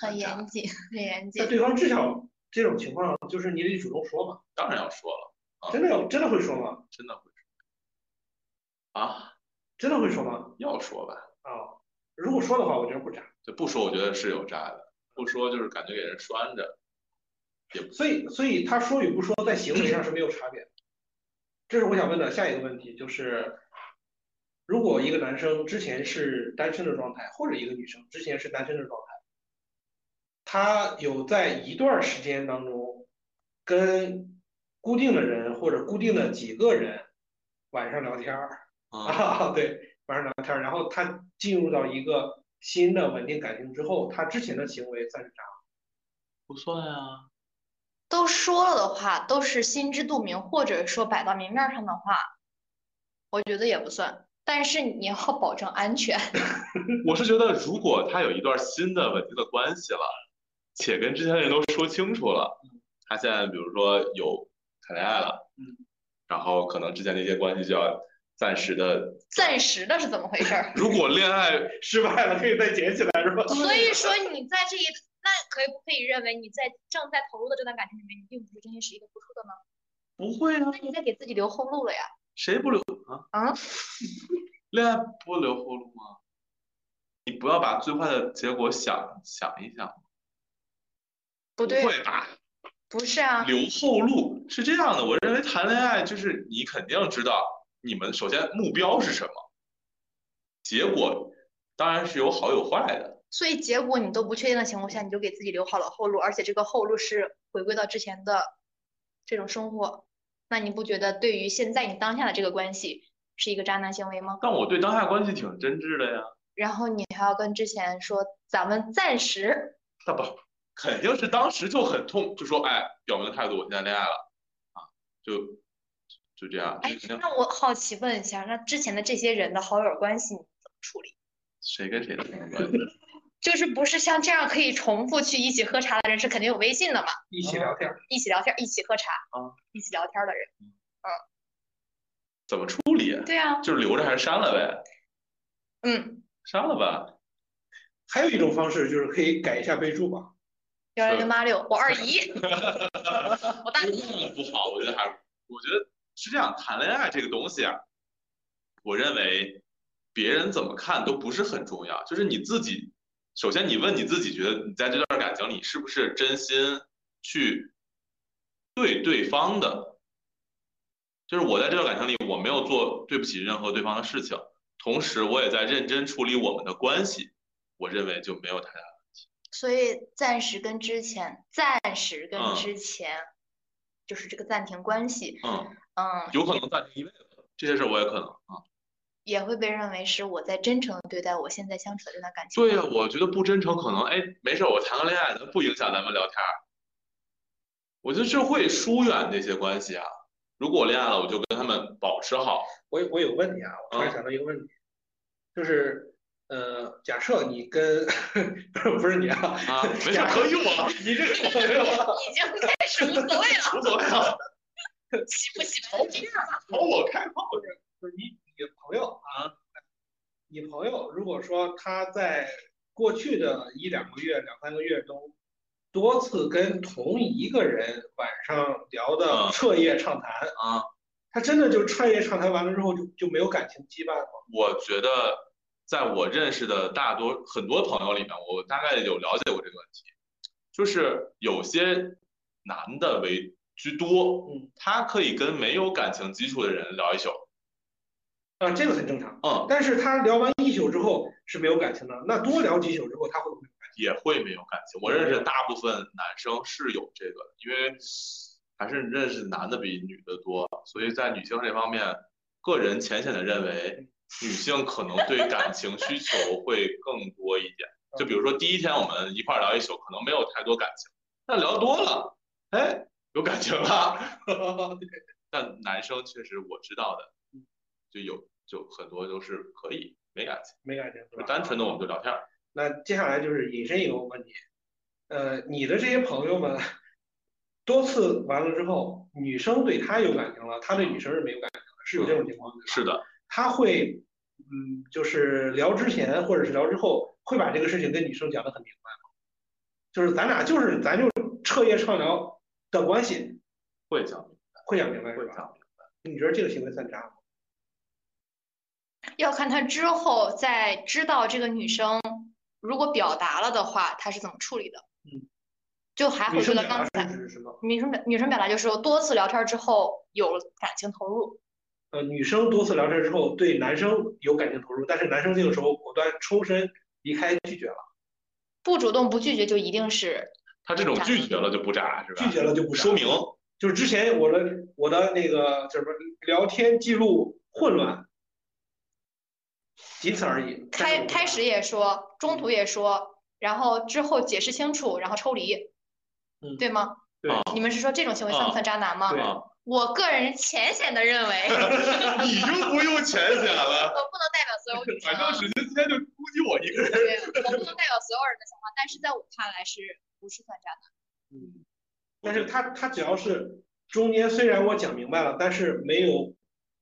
S3: 很严谨，很严谨
S1: 那。 对方至少这种情况，就是你得主动说嘛。
S2: 当然要说了，啊
S1: 真的有真的会说吗？
S2: 真的会说啊，
S1: 真的会说吗？
S2: 要说吧，
S1: 啊、如果说的话，我觉得不渣。
S2: 就不说，我觉得是有渣的，不说就是感觉给人拴着， 也不
S1: 所以，所以他说与不说，在行为上是没有差别的。这是我想问的下一个问题，就是如果一个男生之前是单身的状态，或者一个女生之前是单身的状态，他有在一段时间当中跟固定的人或者固定的几个人晚上聊天儿，
S2: 啊，
S1: 啊，对，晚上聊天儿，然后他进入到一个新的稳定感情之后，他之前的行为算是渣。
S2: 不算啊，
S3: 都说了的话，都是心知肚明，或者说摆到明面上的话，我觉得也不算。但是你要保证安全，
S2: 我是觉得如果他有一段新的稳定的关系了，且跟之前的人都说清楚了，他现在比如说有谈恋爱了，
S1: 嗯，
S2: 然后可能之前的一些关系就要暂时的
S3: 暂时的是怎么回事儿？
S2: 如果恋爱
S1: 失败了可以再捡起来是吧？
S3: 所以说你在这一，那可以不可以认为你在正在投入的这段感情里面，你并不是真心实意的付出的呢？
S2: 不会啊，
S3: 那你在给自己留后路了呀。
S2: 谁不留啊？
S3: 啊？
S2: 恋爱不留后路吗？你不要把最坏的结果想想一想，
S3: 不
S2: 不
S3: 对，
S2: 会吧？
S3: 不是啊，
S2: 留后路是这样的，我认为谈恋爱就是你肯定知道你们首先目标是什么，结果当然是有好有坏的。
S3: 所以结果你都不确定的情况下，你就给自己留好了后路，而且这个后路是回归到之前的这种生活，那你不觉得对于现在你当下的这个关系是一个渣男行为吗？
S2: 但我对当下关系挺真挚的呀，
S3: 然后你还要跟之前说，咱们暂时
S2: 那不肯定是当时就很痛，就说哎，表明态度，我现在恋爱了啊，就就这样，这
S3: 哎
S2: 肯定，
S3: 那我好奇问一下，那之前的这些人的好友关系你怎么处理？
S2: 谁跟谁的关系？
S3: 就是不是像这样可以重复去一起喝茶的人是肯定有微信的嘛？
S1: 一起聊天儿，
S3: 一起聊天，一起喝茶，
S2: 啊
S3: 一起聊天的人，
S2: 怎么处理？
S3: 对啊，
S2: 就是留着还是删了呗？
S3: 嗯，
S2: 删了吧，
S1: 还有一种方式就是可以改一下备注吧。
S3: 幺零零八六，我二姨，我大姨。
S2: 不好，我觉得还，我觉得是这样，谈恋爱这个东西啊，我认为别人怎么看都不是很重要，就是你自己，首先你问你自己，觉得你在这段感情里是不是真心去对对方的，就是我在这段感情里我没有做对不起任何对方的事情，同时我也在认真处理我们的关系，我认为就没有太大。
S3: 所以暂时跟之前，暂时跟
S2: 嗯
S3: 之前，就是这个暂停关系，
S2: 嗯，
S3: 嗯，
S2: 有可能暂停一辈子，这些事儿我也可能啊。
S3: 也会被认为是我在真诚地对待我现在相处的这段感情。
S2: 对呀、我觉得不真诚可能，哎，没事儿，我谈个恋爱，咱不影响咱们聊天儿。我觉得这会疏远这些关系啊。如果我恋爱了，我就跟他们保持好。
S1: 我有我有问题啊，我突
S2: 哦
S1: 然想到一个问题，就是呃，假设你跟 不是不是你啊，
S2: 啊，没事儿，可以我，
S1: 你这个
S3: 已经开始无所谓了，
S2: 无所谓啊，
S3: 喜不喜欢这样吧？
S2: 朝我开炮。
S1: 就是你你朋友啊，你朋友如果说他在过去的一两个月、两三个月中，多次跟同一个人晚上聊的
S2: 嗯
S1: 彻夜畅谈
S2: 啊，
S1: 他真的就彻夜畅谈完了之后就就没有感情羁绊吗？
S2: 我觉得，在我认识的大多很多朋友里面，我大概有了解过这个问题，就是有些男的为居多，
S1: 嗯，
S2: 他可以跟没有感情基础的人聊一宿，
S1: 啊，这个很正常。
S2: 嗯，
S1: 但是他聊完一宿之后是没有感情的，那多聊几宿之后他会不会？
S2: 也会没有感情。我认识的大部分男生是有这个的，因为还是认识男的比女的多，所以在女性这方面，个人浅显的
S1: 嗯
S2: 认为，女性可能对感情需求会更多一 点。就比如说第一天我们一块儿聊一宿，可能没有太多感情，但聊多了，哎，有感情了。 但男生确实我知道的，
S1: 嗯
S2: 就有就很多都是可以没感情，
S1: 没感情是吧
S2: 就？单纯的我们就聊天儿。
S1: 那接下来就是引申一个问题，呃，你的这些朋友们多次完了之后，女生对他有感情了，他对女生是没有感情的，是有这种情况的。
S2: 是的，
S1: 他会，嗯，就是聊之前或者是聊之后，会把这个事情跟女生讲得很明白吗？就是咱俩就是咱就彻夜畅聊的关系，
S2: 会讲明
S1: 会讲明白
S2: 白，
S1: 是
S2: 会
S1: 吧？
S2: 讲明白。
S1: 你觉得这个行为算渣吗？
S3: 要看他之后在知道这个女生如果表达了的话，他是怎么处理的。
S1: 嗯，
S3: 就还
S1: 女
S3: 回
S1: 生
S3: 归到
S1: 表
S3: 刚
S1: 达
S3: 才，
S1: 是指什么？
S3: 女生表女生表达就是多次聊天之后有了感情投入，
S1: 呃，女生多次聊天之后对男生有感情投入，但是男生这个时候果断抽身离开拒绝了。
S3: 不主动不拒绝就一定是
S2: 他这种拒绝了就不炸是吧？
S1: 拒绝了就不
S2: 说明
S1: 就是之前我的我的那个叫什么聊天记录混乱，仅此而已。
S3: 开开始也说，中途也说，然后之后解释清楚，然后抽离，
S1: 嗯
S3: 对吗？
S1: 对
S2: 啊
S3: 你们是说这种行为算不算渣男吗？
S1: 对
S2: 啊，
S3: 我个人浅显的 认为，我不能
S2: 你就不用浅显了，
S3: 代表所有女生
S2: 反
S3: 啊，
S2: 正史今天就估计我一个人。
S3: 对，我不能代表所有人的想法，但是在我看来是不是算渣男？
S1: 嗯，但是他他只要是中间虽然我讲明白了，但是没有，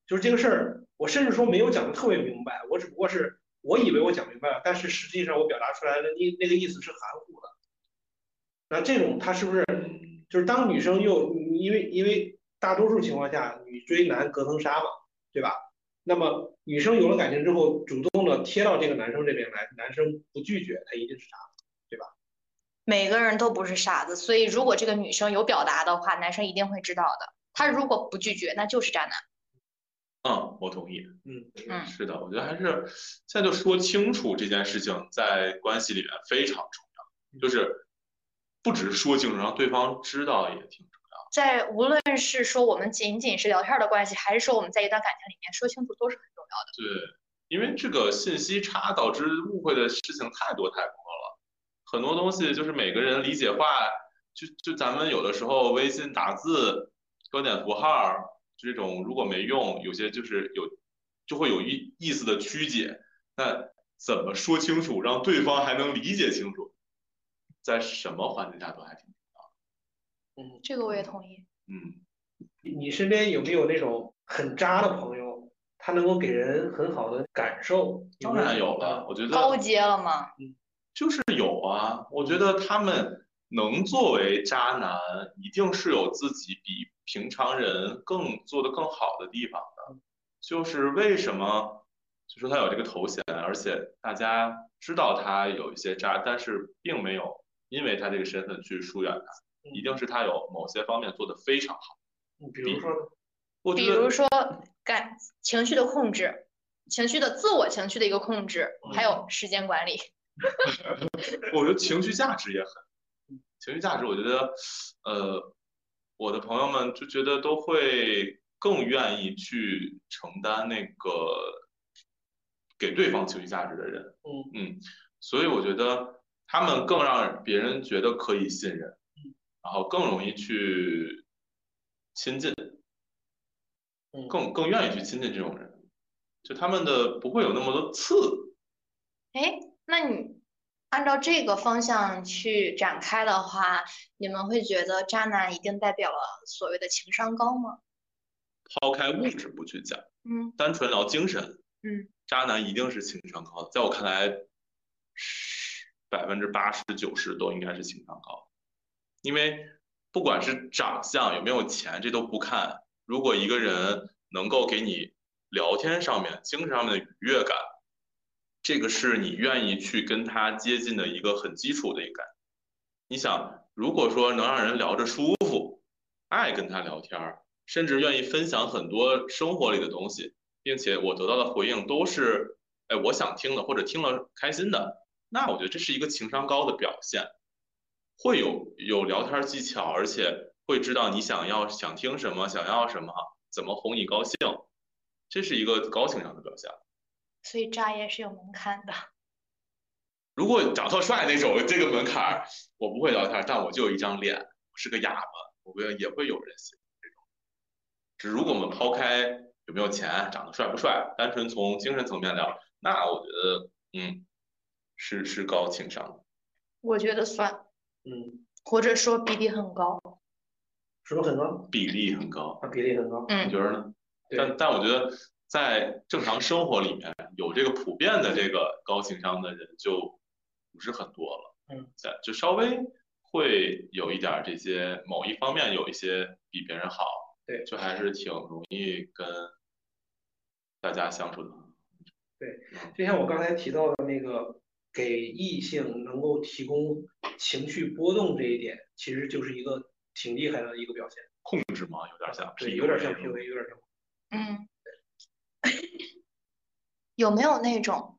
S1: 就是这个事儿，我甚至说没有讲的特别明白，我只不过是我以为我讲明白了，但是实际上我表达出来的那那个意思是含糊的。那这种他是不是就是当女生又因为因为大多数情况下女追男隔层纱嘛，对吧？那么女生有了感情之后，主动的贴到这个男生这边来，男生不拒绝，他一定是啥？
S3: 每个人都不是傻子，所以如果这个女生有表达的话，男生一定会知道的。他如果不拒绝，那就是渣男。
S2: 嗯，我同意。
S1: 嗯
S3: 嗯
S2: 是的，我觉得还是现在就说清楚这件事情在关系里面非常重要，就是不只是说清楚，让对方知道也挺重要。
S3: 在无论是说我们仅仅是聊天的关系，还是说我们在一段感情里面说清楚，都是很重要的。
S2: 对，因为这个信息差导致误会的事情太多太多了，很多东西就是每个人理解话，就就咱们有的时候微信打字、标点符号儿这种如果没用，有些就是有就会有意意思的曲解。那怎么说清楚，让对方还能理解清楚，在什么环境下都还挺
S1: 嗯，
S3: 这个我也同意。
S2: 嗯，
S1: 你身边有没有那种很渣的朋友，他能够给人很好的感受？
S2: 当然有
S1: 啊
S2: 了，。我觉得
S3: 高阶了吗？
S2: 就是有啊，我觉得他们能作为渣男，一定是有自己比平常人更做得更好的地方的。就是为什么，就说他有这个头衔，而且大家知道他有一些渣，但是并没有因为他这个身份去疏远
S3: 嗯
S2: 他，一定是他有某些方面做得非常好。
S1: 你嗯比如说，
S2: 我
S3: 比
S2: 觉
S3: 如
S2: 得
S3: 说感情绪的控制，情绪的自我情绪的一个控制，还有时间管理。
S2: 我觉得情绪价值也很，嗯情绪价值，我觉得，呃，我的朋友们就觉得都会更愿意去承担那个给对方情绪价值的人。
S1: 嗯
S2: 嗯，所以我觉得他们更让别人觉得可以信任，然后更容易去亲近，
S1: 嗯
S2: 更更愿意去亲近这种人，就他们的不会有那么多刺。
S3: 哎，那你按照这个方向去展开的话，你们会觉得渣男一定代表了所谓的情商高吗？
S2: 抛开物质不去讲，
S3: 嗯
S2: 单纯聊精神，
S3: 嗯，
S2: 渣男一定是情商高的，在我看来，百分之八十九十都应该是情商高，因为不管是长相有没有钱，这都不看。如果一个人能够给你聊天上面、精神上面的愉悦感，这个是你愿意去跟他接近的一个很基础的一个感觉。你想，如果说能让人聊着舒服，爱跟他聊天儿，甚至愿意分享很多生活里的东西，并且我得到的回应都是，哎，我想听的或者听了开心的，那我觉得这是一个情商高的表现，会有有聊天技巧，而且会知道你想要想听什么，想要什么，怎么哄你高兴，这是一个高情商的表现。
S3: 所以渣也是有门槛的。
S2: 如果长特帅那种，这个门槛儿我不会聊天，但我就有一张脸，我是个哑巴，我觉得也会有人喜欢这种。只如果我们抛开有没有钱、长得帅不帅，单纯从精神层面聊，那我觉得，嗯，是是高情商的。
S3: 我觉得算，
S1: 嗯，
S3: 或者说比例很高。
S1: 什么很高？
S2: 比例很高，
S1: 啊，比例很高。
S2: 你
S3: 嗯
S2: 觉得呢？
S1: 对
S2: 但但我觉得在正常生活里面，有这个普遍的这个高情商的人就不是很多了。
S1: 嗯，
S2: 在就稍微会有一点儿这些某一方面有一些比别人好，
S1: 对
S2: 就还是挺容易跟大家相处的。
S1: 就像我刚才提到的那个，给异性能够提供情绪波动这一点，其实就是一个挺厉害的一个表现。
S2: 控制嘛，有点像 PUA 那种，
S1: 对，有点像 PUA，有点像。
S3: 嗯，有没有那种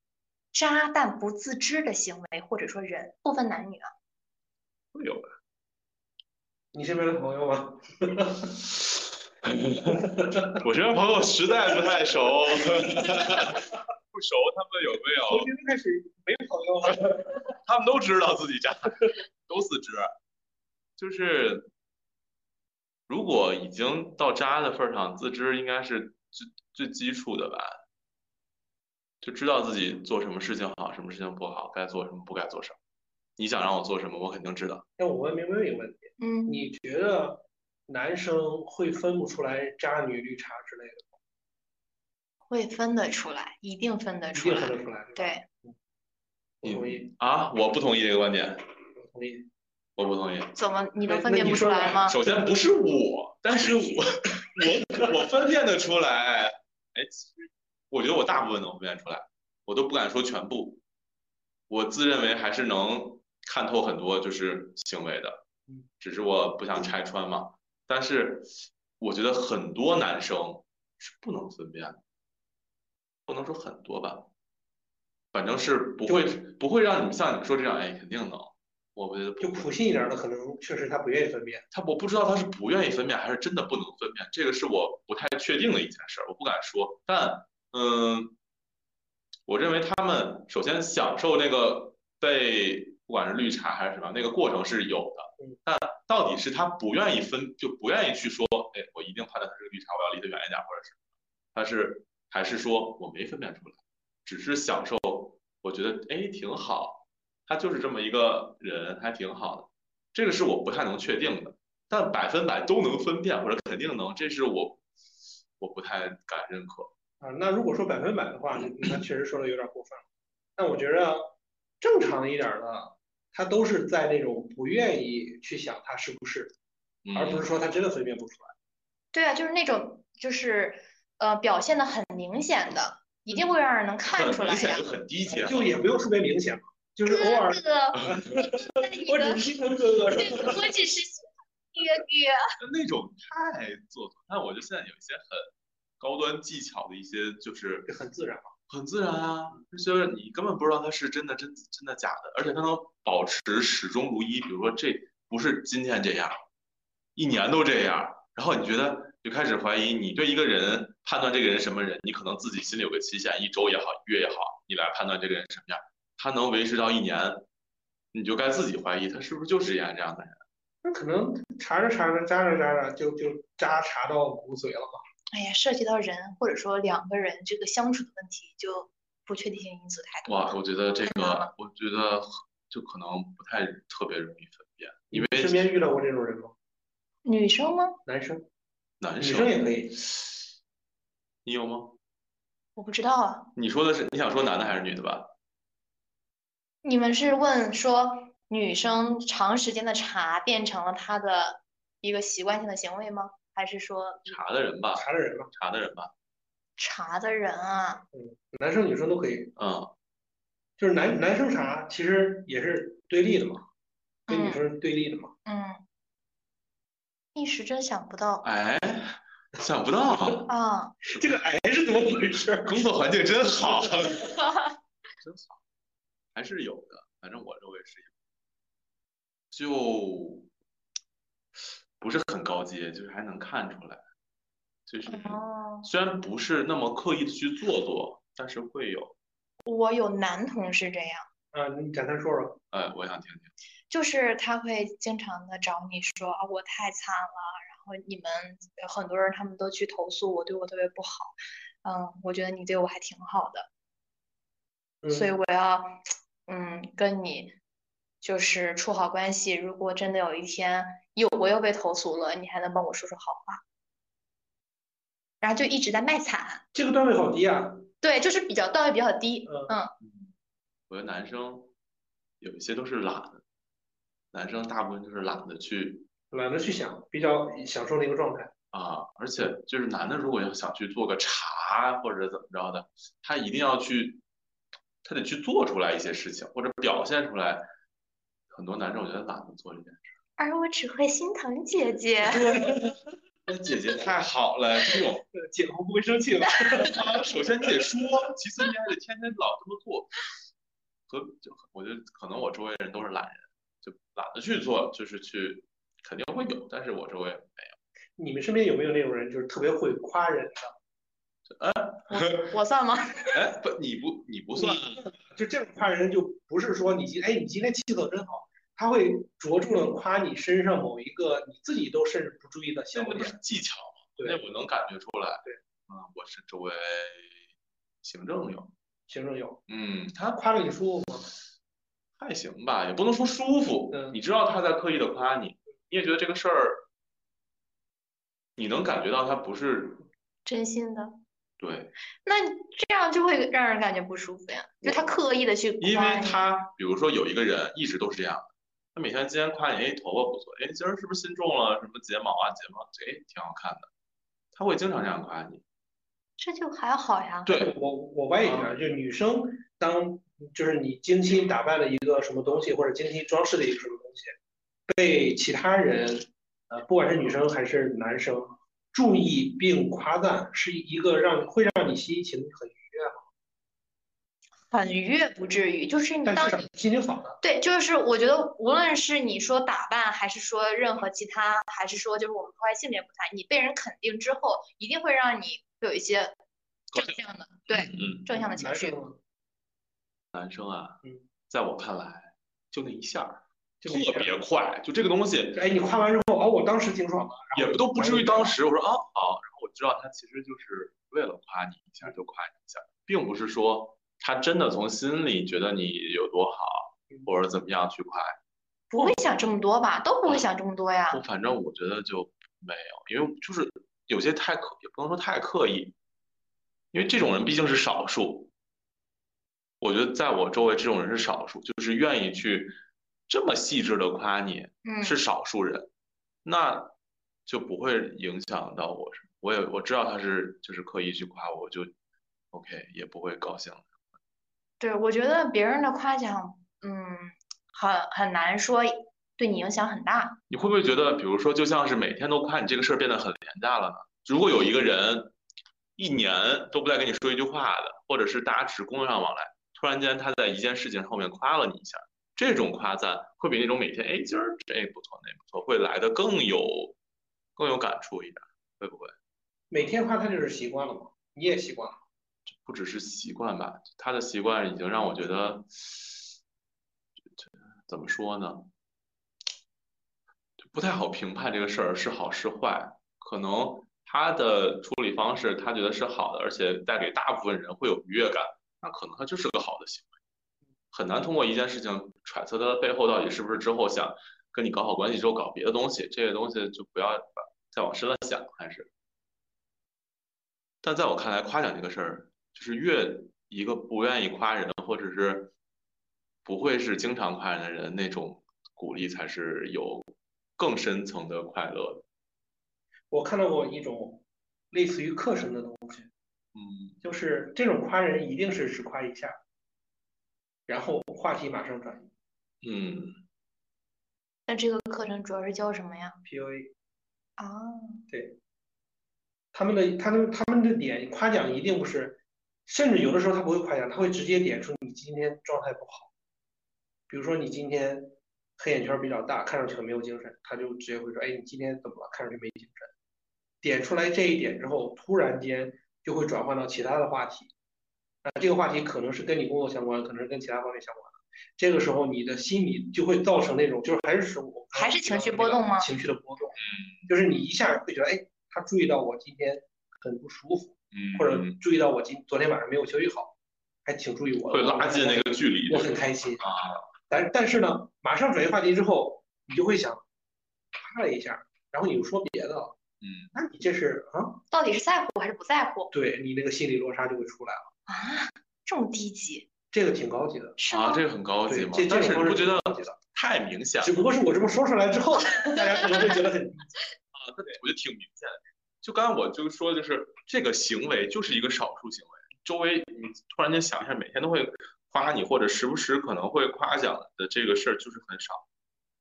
S3: 渣但不自知的行为，或者说人，不分男女啊？
S2: 会有的。
S1: 你身边的朋友吗？
S2: 我这边朋友实在不太熟， 不熟，他们有没有
S1: 从？今天开始没朋友了。
S2: 他们都知道自己渣，都自知。就是如果已经到渣的份儿上，自知应该是最最基础的吧，就知道自己做什么事情好，什么事情不好，该做什么，不该做什么。你想让我做什么，我肯定知道。
S1: 那哎我问明白一个问题，
S3: 嗯，
S1: 你觉得男生会分不出来渣女、绿茶之类的，
S3: 会分得出来，一定分得
S1: 一
S3: 出
S1: 定
S3: 来
S1: 分。得出来。吧，
S3: 对，
S1: 我同意，
S2: 啊，我不同意这个观点，
S1: 我同意。
S2: 我不同意。
S3: 怎么你都
S1: 那
S3: 分
S1: 那
S3: 辨
S1: 你
S3: 不出
S1: 说
S3: 来
S1: 吧
S3: 吗？
S2: 首先不是我，但是我我我分辨得出来。哎，其实我觉得我大部分能分辨出来，我都不敢说全部。我自认为还是能看透很多就是行为的
S1: 嗯，
S2: 只是我不想拆穿嘛。但是我觉得很多男生是不能分辨的，不能说很多吧，反正是不会不会让你们像你们说这样，哎，肯定能。我觉得不
S1: 就
S2: 会
S1: 普信一点的，可能确实他不愿意分辨。
S2: 他我不知道他是不愿意分辨，还是真的不能分辨，这个是我不太确定的一件事儿，我不敢说。但嗯，我认为他们首先享受那个被不管是绿茶还是什么那个过程是有的
S1: 嗯，
S2: 但到底是他不愿意分，就不愿意去说，哎，我一定判断他是个绿茶，我要离他远一点，或者是他是还是说我没分辨出来，只是享受，我觉得哎挺好，他就是这么一个人，还挺好的。这个是我不太能确定的，但百分百都能分辨或者肯定能，这是我我不太敢认可。
S1: 啊，那如果说百分百的话，那确实说的有点过分了。但我觉着啊正常一点儿的，他都是在那种不愿意去想他是不是，
S2: 嗯、
S1: 而不是说他真的分辨不出来。
S3: 对啊，就是那种就是呃表现的很明显的，一
S1: 嗯
S3: 定会让人能看
S2: 很
S3: 出来
S2: 明显
S3: 呀
S2: 就。很低级，啊
S1: 就也不用特别明显嘛，就是偶
S3: 哥
S1: 尔，
S3: 哥，你你
S1: 我
S3: 嗯的
S1: 只是个哥哥，
S3: 对，我 只是哥哥。
S2: 那种太做作。但我觉得现在有一些很高端技巧的一些，就是
S1: 就很自然嘛。
S2: 很自然啊，就是你根本不知道它是真的真真的假的，而且它能保持始终如一。比如说这不是今天这样，一年都这样，然后你觉得就开始怀疑你对一个人判断这个人什么人，你可能自己心里有个期限，一周也好，一月也好，你来判断这个人什么样，他能维持到一年，你就该自己怀疑他是不是就是燕这样的人。
S1: 那可能查着查着，扎着扎着，就就扎查到骨髓了吧？
S3: 哎呀，涉及到人或者说两个人这个相处的问题，就不确定性因素太多了。
S2: 哇，我觉得这
S3: 太难
S1: 啊
S2: 个，我觉得就可能不太特别容易分辨，因为
S1: 身边遇到过这种人吗？
S3: 女生吗？
S1: 男生、
S2: 男
S1: 女
S2: 生
S1: 生也可以，
S2: 你有吗？
S3: 我不知道啊。
S2: 你说的是你想说男的还是女的吧？
S3: 你们是问说女生长时间的查变成了她的一个习惯性的行为吗？还是说
S2: 查的人吧，
S1: 查着人嘛，
S2: 查的人吧，
S3: 查的人啊？
S1: 男生女生都可以。
S2: 嗯，
S1: 就是男男生查其实也是对立的嘛，跟女
S3: 嗯
S1: 生是对立的嘛。
S3: 嗯，一时真想不到
S2: 哎，想不到，
S3: 啊。
S1: 这个癌是怎么回事儿？
S2: 工作环境真好，真好，还是有的，反正我周围是有，就不是很高阶，就是还能看出来，就是
S3: 哦，
S2: 虽然不是那么刻意的去做作，但是会有，
S3: 我有男同事这样，
S1: 啊，你简单说说。
S2: 哎，我想听听，
S3: 就是他会经常的找你说啊，我太惨了，然后你们呃很多人他们都去投诉我，对我特别不好，嗯，我觉得你对我还挺好的。
S1: 嗯、
S3: 所以我要，嗯，跟你就是处好关系。如果真的有一天又我又被投诉了，你还能帮我说说好话。然后就一直在卖惨，
S1: 这个段位好低啊。
S3: 对，就是比较段位比较低，
S1: 嗯
S3: 嗯，
S2: 我觉得男生有一些都是懒，男生大部分就是懒得去。
S1: 懒得去想，比较享受那个状态。
S2: 啊，而且就是男的，如果要想去做个茶或者怎么着的，他一定要去，他得去做出来一些事情，或者表现出来。很多男生我觉得懒得做这件事。
S3: 而我只会心疼姐姐。
S2: 那哎姐姐太好了，这种
S1: 呃姐夫不会生气了。
S2: 啊，首先你得说，其次你还得天天老这么做。和就我觉得可能我周围人都是懒人，就懒得去做，就是去肯定会有，但是我周围没有。
S1: 你们身边有没有那种人，就是特别会夸人的？
S3: 我算吗？
S2: 哎，不，你不你不算
S1: 就这种夸人，就不是说你今哎你今天气色真好，他会着重的夸你身上某一个你自己都甚至不注意的小
S2: 那不
S1: 点
S2: 是。技巧吗？
S1: 对
S2: 那我能感觉出来。
S1: 对，
S2: 嗯，我是周围行政有，
S1: 行政有，
S2: 嗯，
S1: 他夸的你舒服吗？
S2: 还行吧，也不能说舒服。
S1: 嗯
S2: 你知道他在刻意的夸你，你也觉得这个事儿，你能感觉到他不是
S3: 真心的，
S2: 对，
S3: 那这样就会让人感觉不舒服呀，就他刻意的去
S2: 因
S3: 夸
S2: 为
S3: 你，
S2: 他比如说有一个人一直都是这样的，他每天今天夸你，哎，头发不错，哎，今儿是不是新种了什么睫毛啊，睫毛这哎挺好看的，他会经常这样夸你。
S3: 这就还好呀。
S2: 对，
S1: 我我歪一下，就女生当就是你精心打扮了一个什么东西，或者精心装饰的一个什么东西，被其他人，呃，不管是女生还是男生注意并夸赞，是一个让会让你心情很愉悦，
S3: 很愉悦不至于，就是你
S1: 但
S3: 当
S1: 至少心情好的。
S3: 对，就是我觉得，无论是你说打扮，还是说任何其他，还是说就是我们抛开性别不谈，你被人肯定之后，一定会让你会有一些
S2: 高
S3: 正向的，对
S2: 嗯，
S3: 正向的情
S1: 男生
S3: 绪。
S1: 呢
S2: 男生啊
S1: 嗯，
S2: 在我看来就那一下儿。
S1: 就
S2: 特别快，就这个东西
S1: 哎，你夸完之后，哦，我当时挺爽的，
S2: 也都不至于当时我说啊好，然后我知道他其实就是为了夸你一下就夸你一下，并不是说他真的从心里觉得你有多好或者怎么样去夸你。
S3: 不会想这么多吧？都不会想这么多呀
S2: 我。反正我觉得就没有，因为就是有些太刻，也不能说太刻意，因为这种人毕竟是少数。我觉得在我周围这种人是少数，就是愿意去这么细致的夸你，
S3: 嗯，
S2: 是少数人，那就不会影响到我。我也我知道他是就是刻意去夸我，我就 OK，也不会高兴。
S3: 对，我觉得别人的夸奖，嗯，很很难说对你影响很大。
S2: 你会不会觉得，比如说，就像是每天都夸你这个事儿变得很廉价了呢？如果有一个人一年都不带跟你说一句话的，或者是大家只是工作上往来，突然间他在一件事情后面夸了你一下，这种夸赞会比那种每天哎今儿这不错那不错会来的更有更有感触一点，会不会？
S1: 每天夸他就是习惯了嘛，你也习惯了。
S2: 不只是习惯吧，他的习惯已经让我觉得，这怎么说呢？就不太好评判这个事儿是好是坏。可能他的处理方式他觉得是好的，而且带给大部分人会有愉悦感，那可能他就是个好的行为。很难通过一件事情揣测他的背后到底是不是之后想跟你搞好关系之后搞别的东西，这些东西就不要把再往深了想，还是。但在我看来，夸奖这个事儿，就是越一个不愿意夸人，或者是不会是经常夸人的人，那种鼓励才是有更深层的快乐的。
S1: 我看到过一种类似于课程的东西，
S2: 嗯，
S1: 就是这种夸人一定是只夸一下，然后话题马上转移。
S2: 嗯，
S3: 那这个课程主要是教什么呀？
S1: PUA
S3: 啊，
S1: 对他们的他们他们的点夸奖一定不是，甚至有的时候他不会夸奖，他会直接点出你今天状态不好，比如说你今天黑眼圈比较大，看上去很没有精神，他就直接会说，哎，你今天怎么了？看上去没精神。点出来这一点之后，突然间就会转换到其他的话题，啊，这个话题可能是跟你工作相关，可能是跟其他方面相关的。这个时候，你的心理就会造成那种，就是还是我
S3: 还是情绪波动吗
S1: 情绪的波动，就是你一下会觉得，哎，他注意到我今天很不舒服，
S2: 嗯，
S1: 或者注意到我今昨天晚上没有休息好，还挺注意我的，
S2: 会拉近那个距离，
S1: 我很开心
S2: 啊。
S1: 但但是呢，马上转移话题之后，你就会想，啪了一下，然后你又说别的了，
S2: 嗯，
S1: 那你这是啊，
S3: 到底是在乎还是不在乎
S1: 对你那个心理落差就会出来了，
S3: 啊？这么低级
S1: 这个挺高级的，
S3: 是吗？
S2: 啊，这个很高级
S1: 对，
S2: 嘛，
S1: 这这
S2: 但
S1: 种
S2: 是
S1: 方
S2: 你
S1: 式
S2: 不觉得
S1: 挺高级的，
S2: 太明显了？
S1: 只不过是我这么说出来之后，大家可能会觉得很低级，
S2: 啊，那我觉得挺明显的。就刚才我就说，就是这个行为就是一个少数行为，周围你突然间想一下，每天都会夸你，或者时不时可能会夸奖的这个事儿就是很少。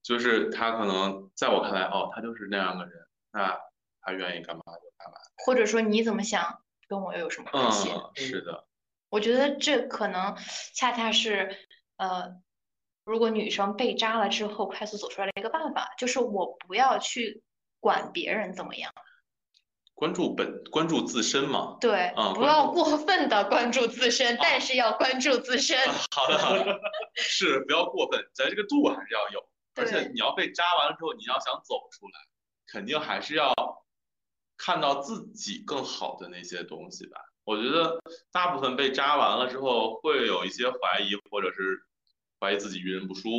S2: 就是他可能在我看来，哦，他就是那样的人，那他愿意干嘛就干嘛。
S3: 或者说你怎么想，跟我又有什么关系？
S2: 嗯，是的，
S3: 我觉得这可能恰恰是，呃，如果女生被扎了之后，快速走出来的一个办法，就是我不要去管别人怎么样，
S2: 关注本，关注自身嘛。
S3: 对，
S2: 嗯
S3: 不
S2: 关
S3: 要过分的关注自身，但是要关注自身。
S2: 好的，好的， 是不要过分，咱这个度还是要有。而且
S3: 对
S2: 你要被扎完了之后，你要想走出来，肯定还是要看到自己更好的那些东西吧。我觉得大部分被扎完了之后，会有一些怀疑，或者是怀疑自己与人不淑，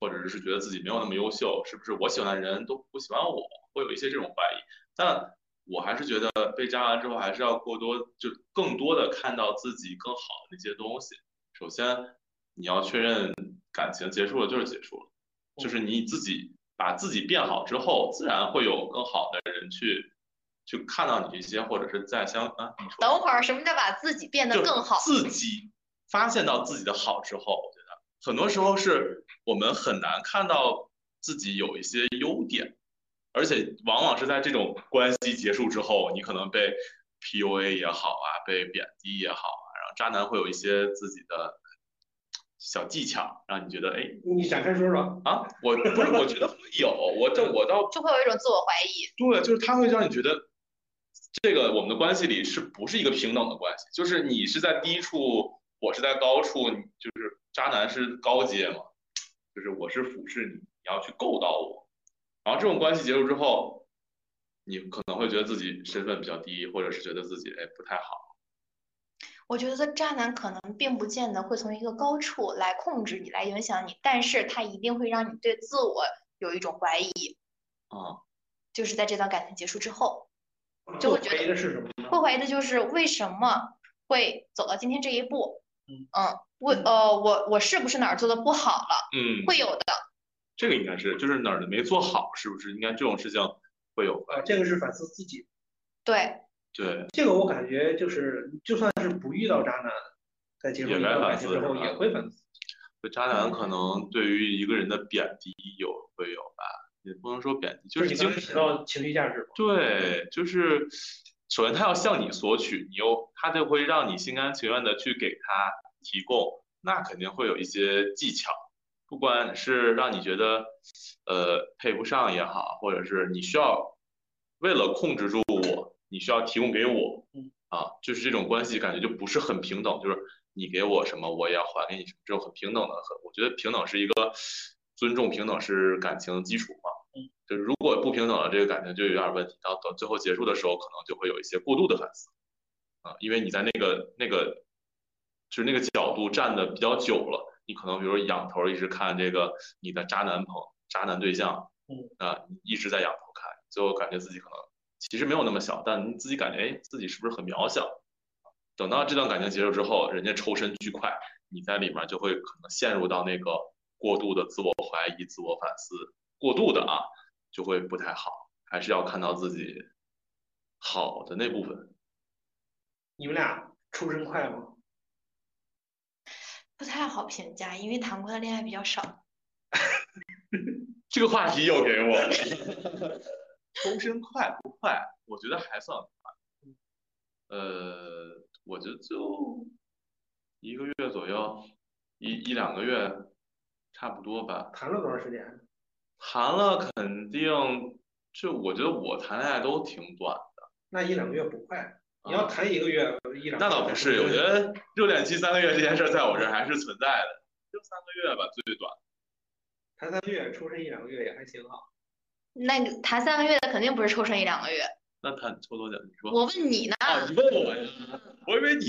S2: 或者是觉得自己没有那么优秀，是不是我喜欢的人都不喜欢我？会有一些这种怀疑。但我还是觉得被扎完之后，还是要过多就更多的看到自己更好的那些东西。首先，你要确认感情结束了就是结束了。就是
S3: 嗯
S2: 你自己把自己变好之后，自然会有更好的人去去看到你一些，或者是在相啊，你说
S3: 等会儿什么叫把自己变得
S2: 就
S3: 更好？
S2: 自己发现到自己的好之后，我觉得很多时候是我们很难看到自己有一些优点，而且往往是在这种关系结束之后，你可能被 PUA 也好啊，被贬低也好啊，然后渣男会有一些自己的小技巧，让你觉得哎
S1: 你展开说说，
S2: 啊，我不是，我觉得会有，我这我倒
S3: 就会有一种自我怀疑。
S2: 对，就是他会让你觉得，这个我们的关系里是不是一个平等的关系？就是你是在低处，我是在高处，你就是渣男是高阶嘛，就是我是俯视你，你要去够到我。然后这种关系结束之后，你可能会觉得自己身份比较低，或者是觉得自己哎不太好。
S3: 我觉得渣男可能并不见得会从一个高处来控制你，来影响你，但是他一定会让你对自我有一种怀疑，
S2: 嗯，
S3: 就是在这段感情结束之后，就会觉得
S1: 怀疑的是什么呢？
S3: 会怀疑的就是为什么会走到今天这一步，
S1: 嗯
S3: 嗯，我呃我我是不是哪儿做的不好了？
S2: 嗯，
S3: 会有的，
S2: 这个应该是，就是哪儿没做好，是不是？应该这种事情会有。
S1: 啊，这个是反思自己，
S3: 对，
S2: 对，
S1: 这个我感觉就是就算是不遇到渣男，在结束
S2: 也
S1: 一
S2: 该
S1: 段
S2: 反
S1: 感情
S2: 思
S1: 之后
S2: 是吧
S1: 也会反思。
S2: 就渣男可能对于一个人的贬低有会有吧，也不能说贬低，就是
S1: 你刚
S2: 精
S1: 才提
S2: 神
S1: 到情绪价值嘛，
S2: 对，就是首先他要向你索取，你又他就会让你心甘情愿的去给他提供，那肯定会有一些技巧，不管是让你觉得呃配不上也好，或者是你需要为了控制住我，你需要提供给我
S1: 嗯，
S2: 啊，就是这种关系感觉就不是很平等，就是你给我什么我也要还给你什么，这种很平等的，很我觉得平等是一个尊重，平等是感情的基础嘛，
S1: 嗯，
S2: 就是如果不平等了，这个感情就有点问题，到到最后结束的时候，可能就会有一些过度的反思，啊，因为你在那个那个就是那个角度站的比较久了，你可能比如说仰头一直看这个你的渣男朋渣男对象，
S1: 嗯，
S2: 啊，你一直在仰头看，最后感觉自己可能其实没有那么小，但你自己感觉哎自己是不是很渺小？啊等到这段感情结束之后，人家抽身巨快，你在里面就会可能陷入到那个过度的自我怀疑、自我反思，过度的啊就会不太好，还是要看到自己好的那部分。
S1: 你们俩出身快吗？
S3: 不太好评价，因为谈过的恋爱比较少。
S2: 这个话题又给我，抽身快不快？我觉得还算快。呃，我觉得就一个月左右，一一两个月，差不多吧。
S1: 谈了多长时间？
S2: 谈了肯定，就我觉得我谈恋爱都挺短的。
S1: 那一两个月不快，你要谈一个月一两个月
S2: 啊那倒不是，我觉得热恋期三个月这件事在我这儿还是存在的，就三个月吧，最短。
S1: 谈三个月，出身一两个月也还行啊。
S3: 那个谈三个月的肯定不是抽身一两个月。
S2: 那谈抽多久？你说
S3: 我问你呢，
S2: 啊？你问我呀？我以为你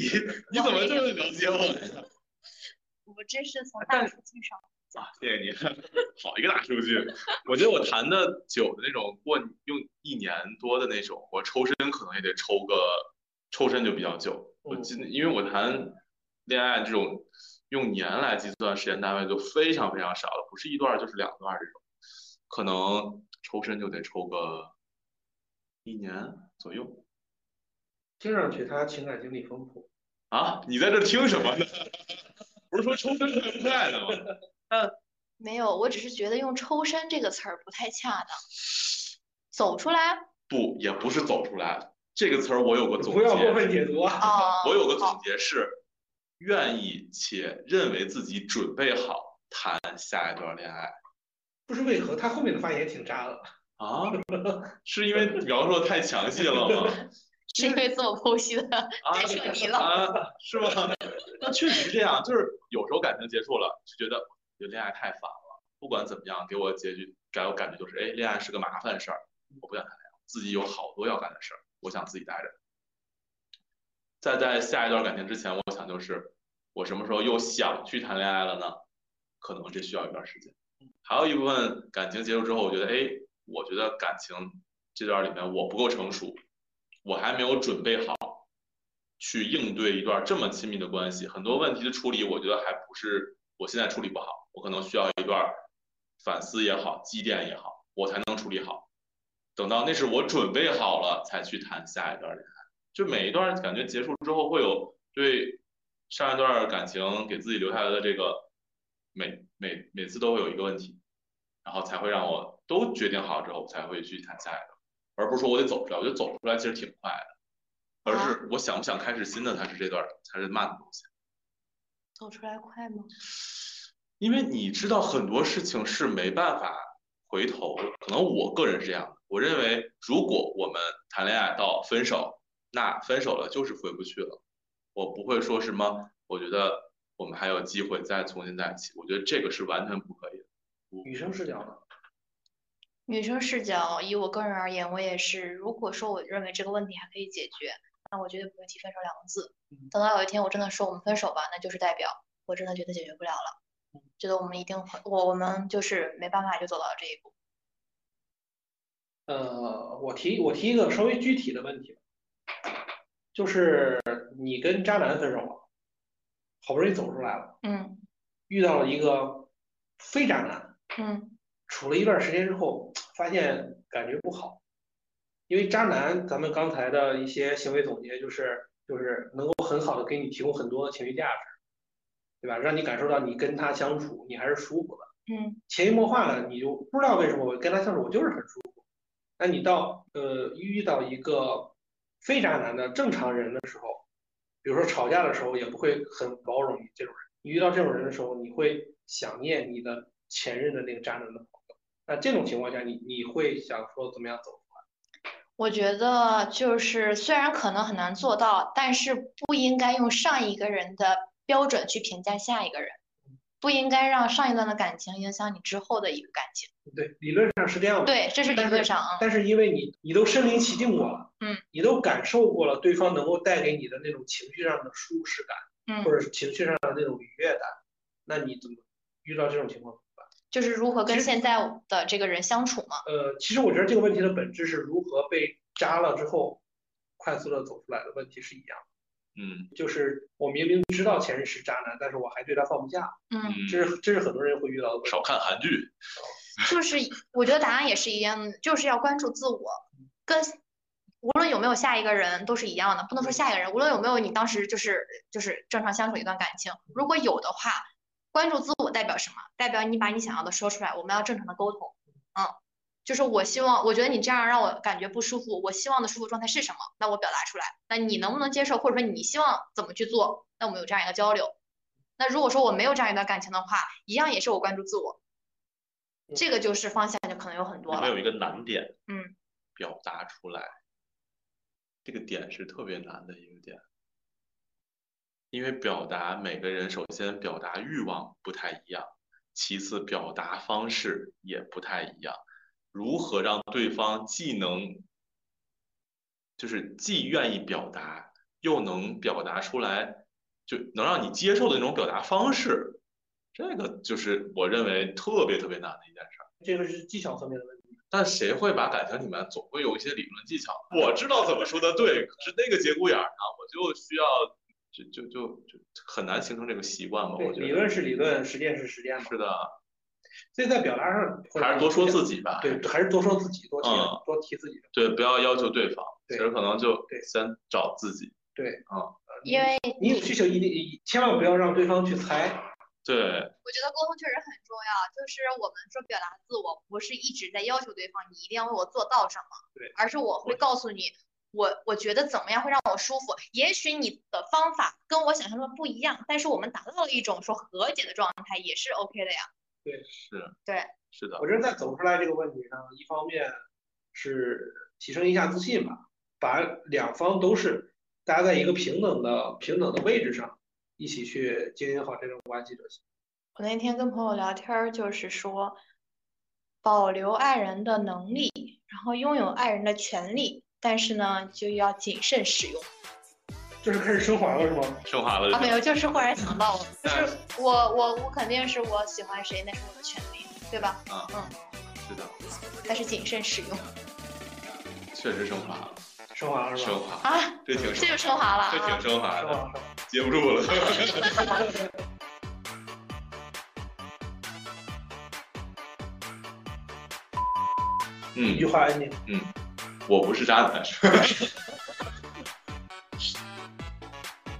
S2: 你怎么这么了解我呀？
S3: 我这是从
S2: 但
S3: 大数据上。
S2: 啊，谢谢你，好一个大数据。我觉得我谈的久的那种，过用一年多的那种，我抽身可能也得抽个，抽身就比较久。我记得，因为我谈恋爱这种用年来计算时间单位就非常非常少了，不是一段儿就是两段儿这种，可能抽身就得抽个一年左右
S1: 听上去他情感经历丰富，
S2: 啊。你在这听什么呢？不是说抽身快不快的吗？
S3: 没有，我只是觉得用“抽身”这个词儿不太恰当。走出来
S2: 不，也不是走出来这个词儿，我有个总结。
S1: 不要过分解读啊。
S3: 哦，
S2: 我有个
S3: 好
S2: 总结是，愿意且认为自己准备好谈下一段恋爱
S1: 不知为何，他后面的发言挺渣的。
S2: 啊？ 是因为描述的太详细了吗？
S3: 是因为自我剖析的
S2: 啊
S3: 太扯皮了。
S2: 啊，是吗？ 那确实是这样，就是有时候感情结束了，就觉得觉得恋爱太烦了，不管怎么样，给我结局给我感觉就是，哎，恋爱是个麻烦事儿，我不想谈恋爱，自己有好多要干的事儿，我想自己待着。在在下一段感情之前，我想就是，我什么时候又想去谈恋爱了呢？可能这需要一段时间。还有一部分感情结束之后，我觉得，哎，我觉得感情这段里面我不够成熟，我还没有准备好去应对一段这么亲密的关系。很多问题的处理，我觉得还不是我现在处理不好，我可能需要一段反思也好、积淀也好，我才能处理好。等到那是我准备好了，才去谈下一段恋爱。就每一段感觉结束之后，会有对上一段感情给自己留下来的这个每每每次都会有一个问题，然后才会让我都决定好之后，才会去谈下一段，而不是说我得走出来，我觉得走出来其实挺快的，而是我想不想开始新的才是这段才是慢的东西，
S3: 走出来快吗？
S2: 因为你知道很多事情是没办法回头的，可能我个人是这样的，我认为如果我们谈恋爱到分手，那分手了就是回不去了，我不会说什么，我觉得我们还有机会再重新在一起，我觉得这个是完全不可以的。
S1: 女生视角呢？
S3: 女生视角，以我个人而言，我也是，如果说我认为这个问题还可以解决，那我绝对不会提分手两个字
S1: 嗯。
S3: 等到有一天我真的说我们分手吧，那就是代表我真的觉得解决不了
S1: 嗯
S3: 了，觉得我们一定会，我我们就是没办法就走到这一步。
S1: 呃，我提我提一个稍微具体的问题吧，就是你跟渣男分手了，好不容易走出来了，
S3: 嗯
S1: 遇到了一个非渣男，
S3: 嗯
S1: 处了一段时间之后，发现感觉不好，因为渣男，咱们刚才的一些行为总结就是就是能够很好的给你提供很多的情绪价值，对吧？让你感受到你跟他相处你还是舒服的。
S3: 嗯
S1: 潜移默化的，你就不知道为什么我跟他相处我就是很舒服。那你到呃遇到一个非渣男的正常人的时候，比如说吵架的时候也不会很包容你这种人。你遇到这种人的时候，你会想念你的前任的那个渣男的朋友。那这种情况下，你你会想说怎么样走？
S3: 我觉得就是虽然可能很难做到，但是不应该用上一个人的标准去评价下一个人，
S1: 嗯
S3: 不应该让上一段的感情影响你之后的一个感情。
S1: 对，理论上是这样的。
S3: 对，这是理
S1: 但
S3: 论
S1: 是
S3: 上啊。
S1: 但是因为你你都身临其境过了，
S3: 嗯，
S1: 你都感受过了对方能够带给你的那种情绪上的舒适感，
S3: 嗯
S1: 或，者是情绪上的那种愉悦感，那你怎么遇到这种情况？
S3: 就是如何跟现在的这个人相处嘛。嗯
S1: 呃，其实我觉得这个问题的本质是如何被扎了之后快速的走出来的问题是一样的。
S2: 嗯
S1: 就是我明明知道前任是渣男，但是我还对他放不下，
S3: 嗯，
S2: 嗯，
S1: 这是这是很多人会遇到的问题。
S2: 少看韩剧，
S3: 就是我觉得答案也是一样的，就是要关注自我，跟无论有没有下一个人都是一样的，不能说下一个人，无论有没有你当时就是就是正常相处一段感情，如果有的话，关注自我代表什么？代表你把你想要的说出来，我们要正常的沟通，嗯。就是我希望，我觉得你这样让我感觉不舒服。我希望的舒服状态是什么？那我表达出来。那你能不能接受，或者说你希望怎么去做？那我们有这样一个交流。那如果说我没有这样一段感情的话，一样也是我关注自我，这个就是方向就可能有很多
S2: 里面有
S3: 了。
S2: 一个难点，
S3: 嗯，
S2: 表达出来，这个点是特别难的一个点，因为表达每个人首先表达欲望不太一样，其次表达方式也不太一样，如何让对方既能就是既愿意表达，又能表达出来，就能让你接受的那种表达方式，这个就是我认为特别特别难的一件事。
S1: 这个是技巧方面的问题。
S2: 但谁会把感情里面总会有一些理论技巧？
S1: 嗯
S2: 我知道怎么说的对，可是那个节骨眼儿上，我就需要，就就就就很难形成这个习惯吧？
S1: 对，
S2: 我觉
S1: 理
S2: 得
S1: 论是理论，实践是实践嘛。
S2: 是的，
S1: 所以在表达上会
S2: 还是多说自己吧。
S1: 对，还是多说自己，多提、
S2: 嗯
S1: 多提自己的。
S2: 对，不要要求对方，其
S1: 对
S2: 实可能就
S1: 对
S2: 先找自己。
S3: 因为
S1: 你有需求一定一千万不要让对方去猜，
S2: 对，
S3: 我觉得沟通确实很重要，就是我们说表达自我，不是一直在要求对方你一定要为我做到什么，
S1: 对，
S3: 而是我会告诉你，我我觉得怎么样会让我舒服。也许你的方法跟我想象中的不一样，但是我们达到了一种说和解的状态，也是 OK 的呀。
S2: 是，
S3: 对，
S2: 是的
S1: 我，觉得在走出来这个问题上，一方面是提升一下自信吧，把两方都是大家在一个平等的平等的位置上，一起去经营好这种关系就行。
S3: 我那天跟朋友聊天，儿，就是说，保留爱人的能力，然后拥有爱人的权利，但是呢，就要谨慎使用。
S1: 这是开始升华了是吗？
S2: 升华了就
S3: 啊，没
S2: 是。
S3: 有，就是忽然想到，就
S2: 但
S1: 嗯
S3: 是我我我肯定是我喜欢谁，那是我的权利，对吧？
S2: 啊，
S3: 嗯，
S2: 是的，
S3: 但是谨慎使用
S2: 确实升华了，
S1: 升华了是
S2: 升
S1: 吧？
S2: 华，
S3: 啊，
S2: 这挺
S3: 这
S2: 升，
S3: 就升华了
S2: 这挺
S3: 啊。
S2: 升华
S1: 升
S2: 的，
S1: 华了，
S2: 接不住 了。
S1: 升华了。 一
S2: 嗯
S1: 句，话 ending，
S2: 嗯，我不是渣男，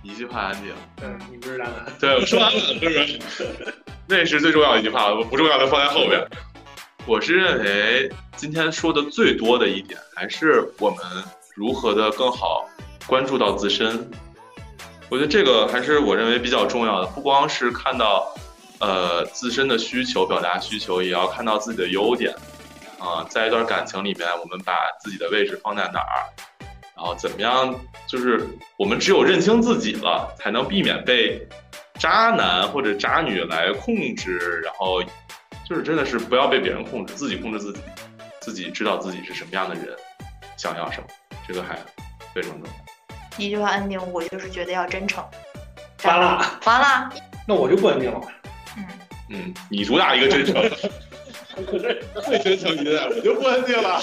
S2: 一句话安定。
S1: 嗯，你不是渣 男。
S2: 对，我说完了，是 不是？那是最重要的一句话，我不重要的放在后边。我是认为今天说的最多的一点，还是我们如何的更好关注到自身。我觉得这个还是我认为比较重要的，不光是看到呃自身的需求、表达需求，也要看到自己的优点。啊、在一段感情里面，我们把自己的位置放在哪儿，然后怎么样？就是我们只有认清自己了，才能避免被渣男或者渣女来控制。然后就是真的是不要被别人控制，自己控制自己，自己知道自己是什么样的人，想要什么，这个还非常重要。
S3: 一句话 ending，我就是觉得要真诚。
S1: 完了，
S3: 完了，
S1: 那我就不 ending 了。
S3: 嗯，
S2: 嗯，你主打一个真诚，最真诚一点，我就不安静了。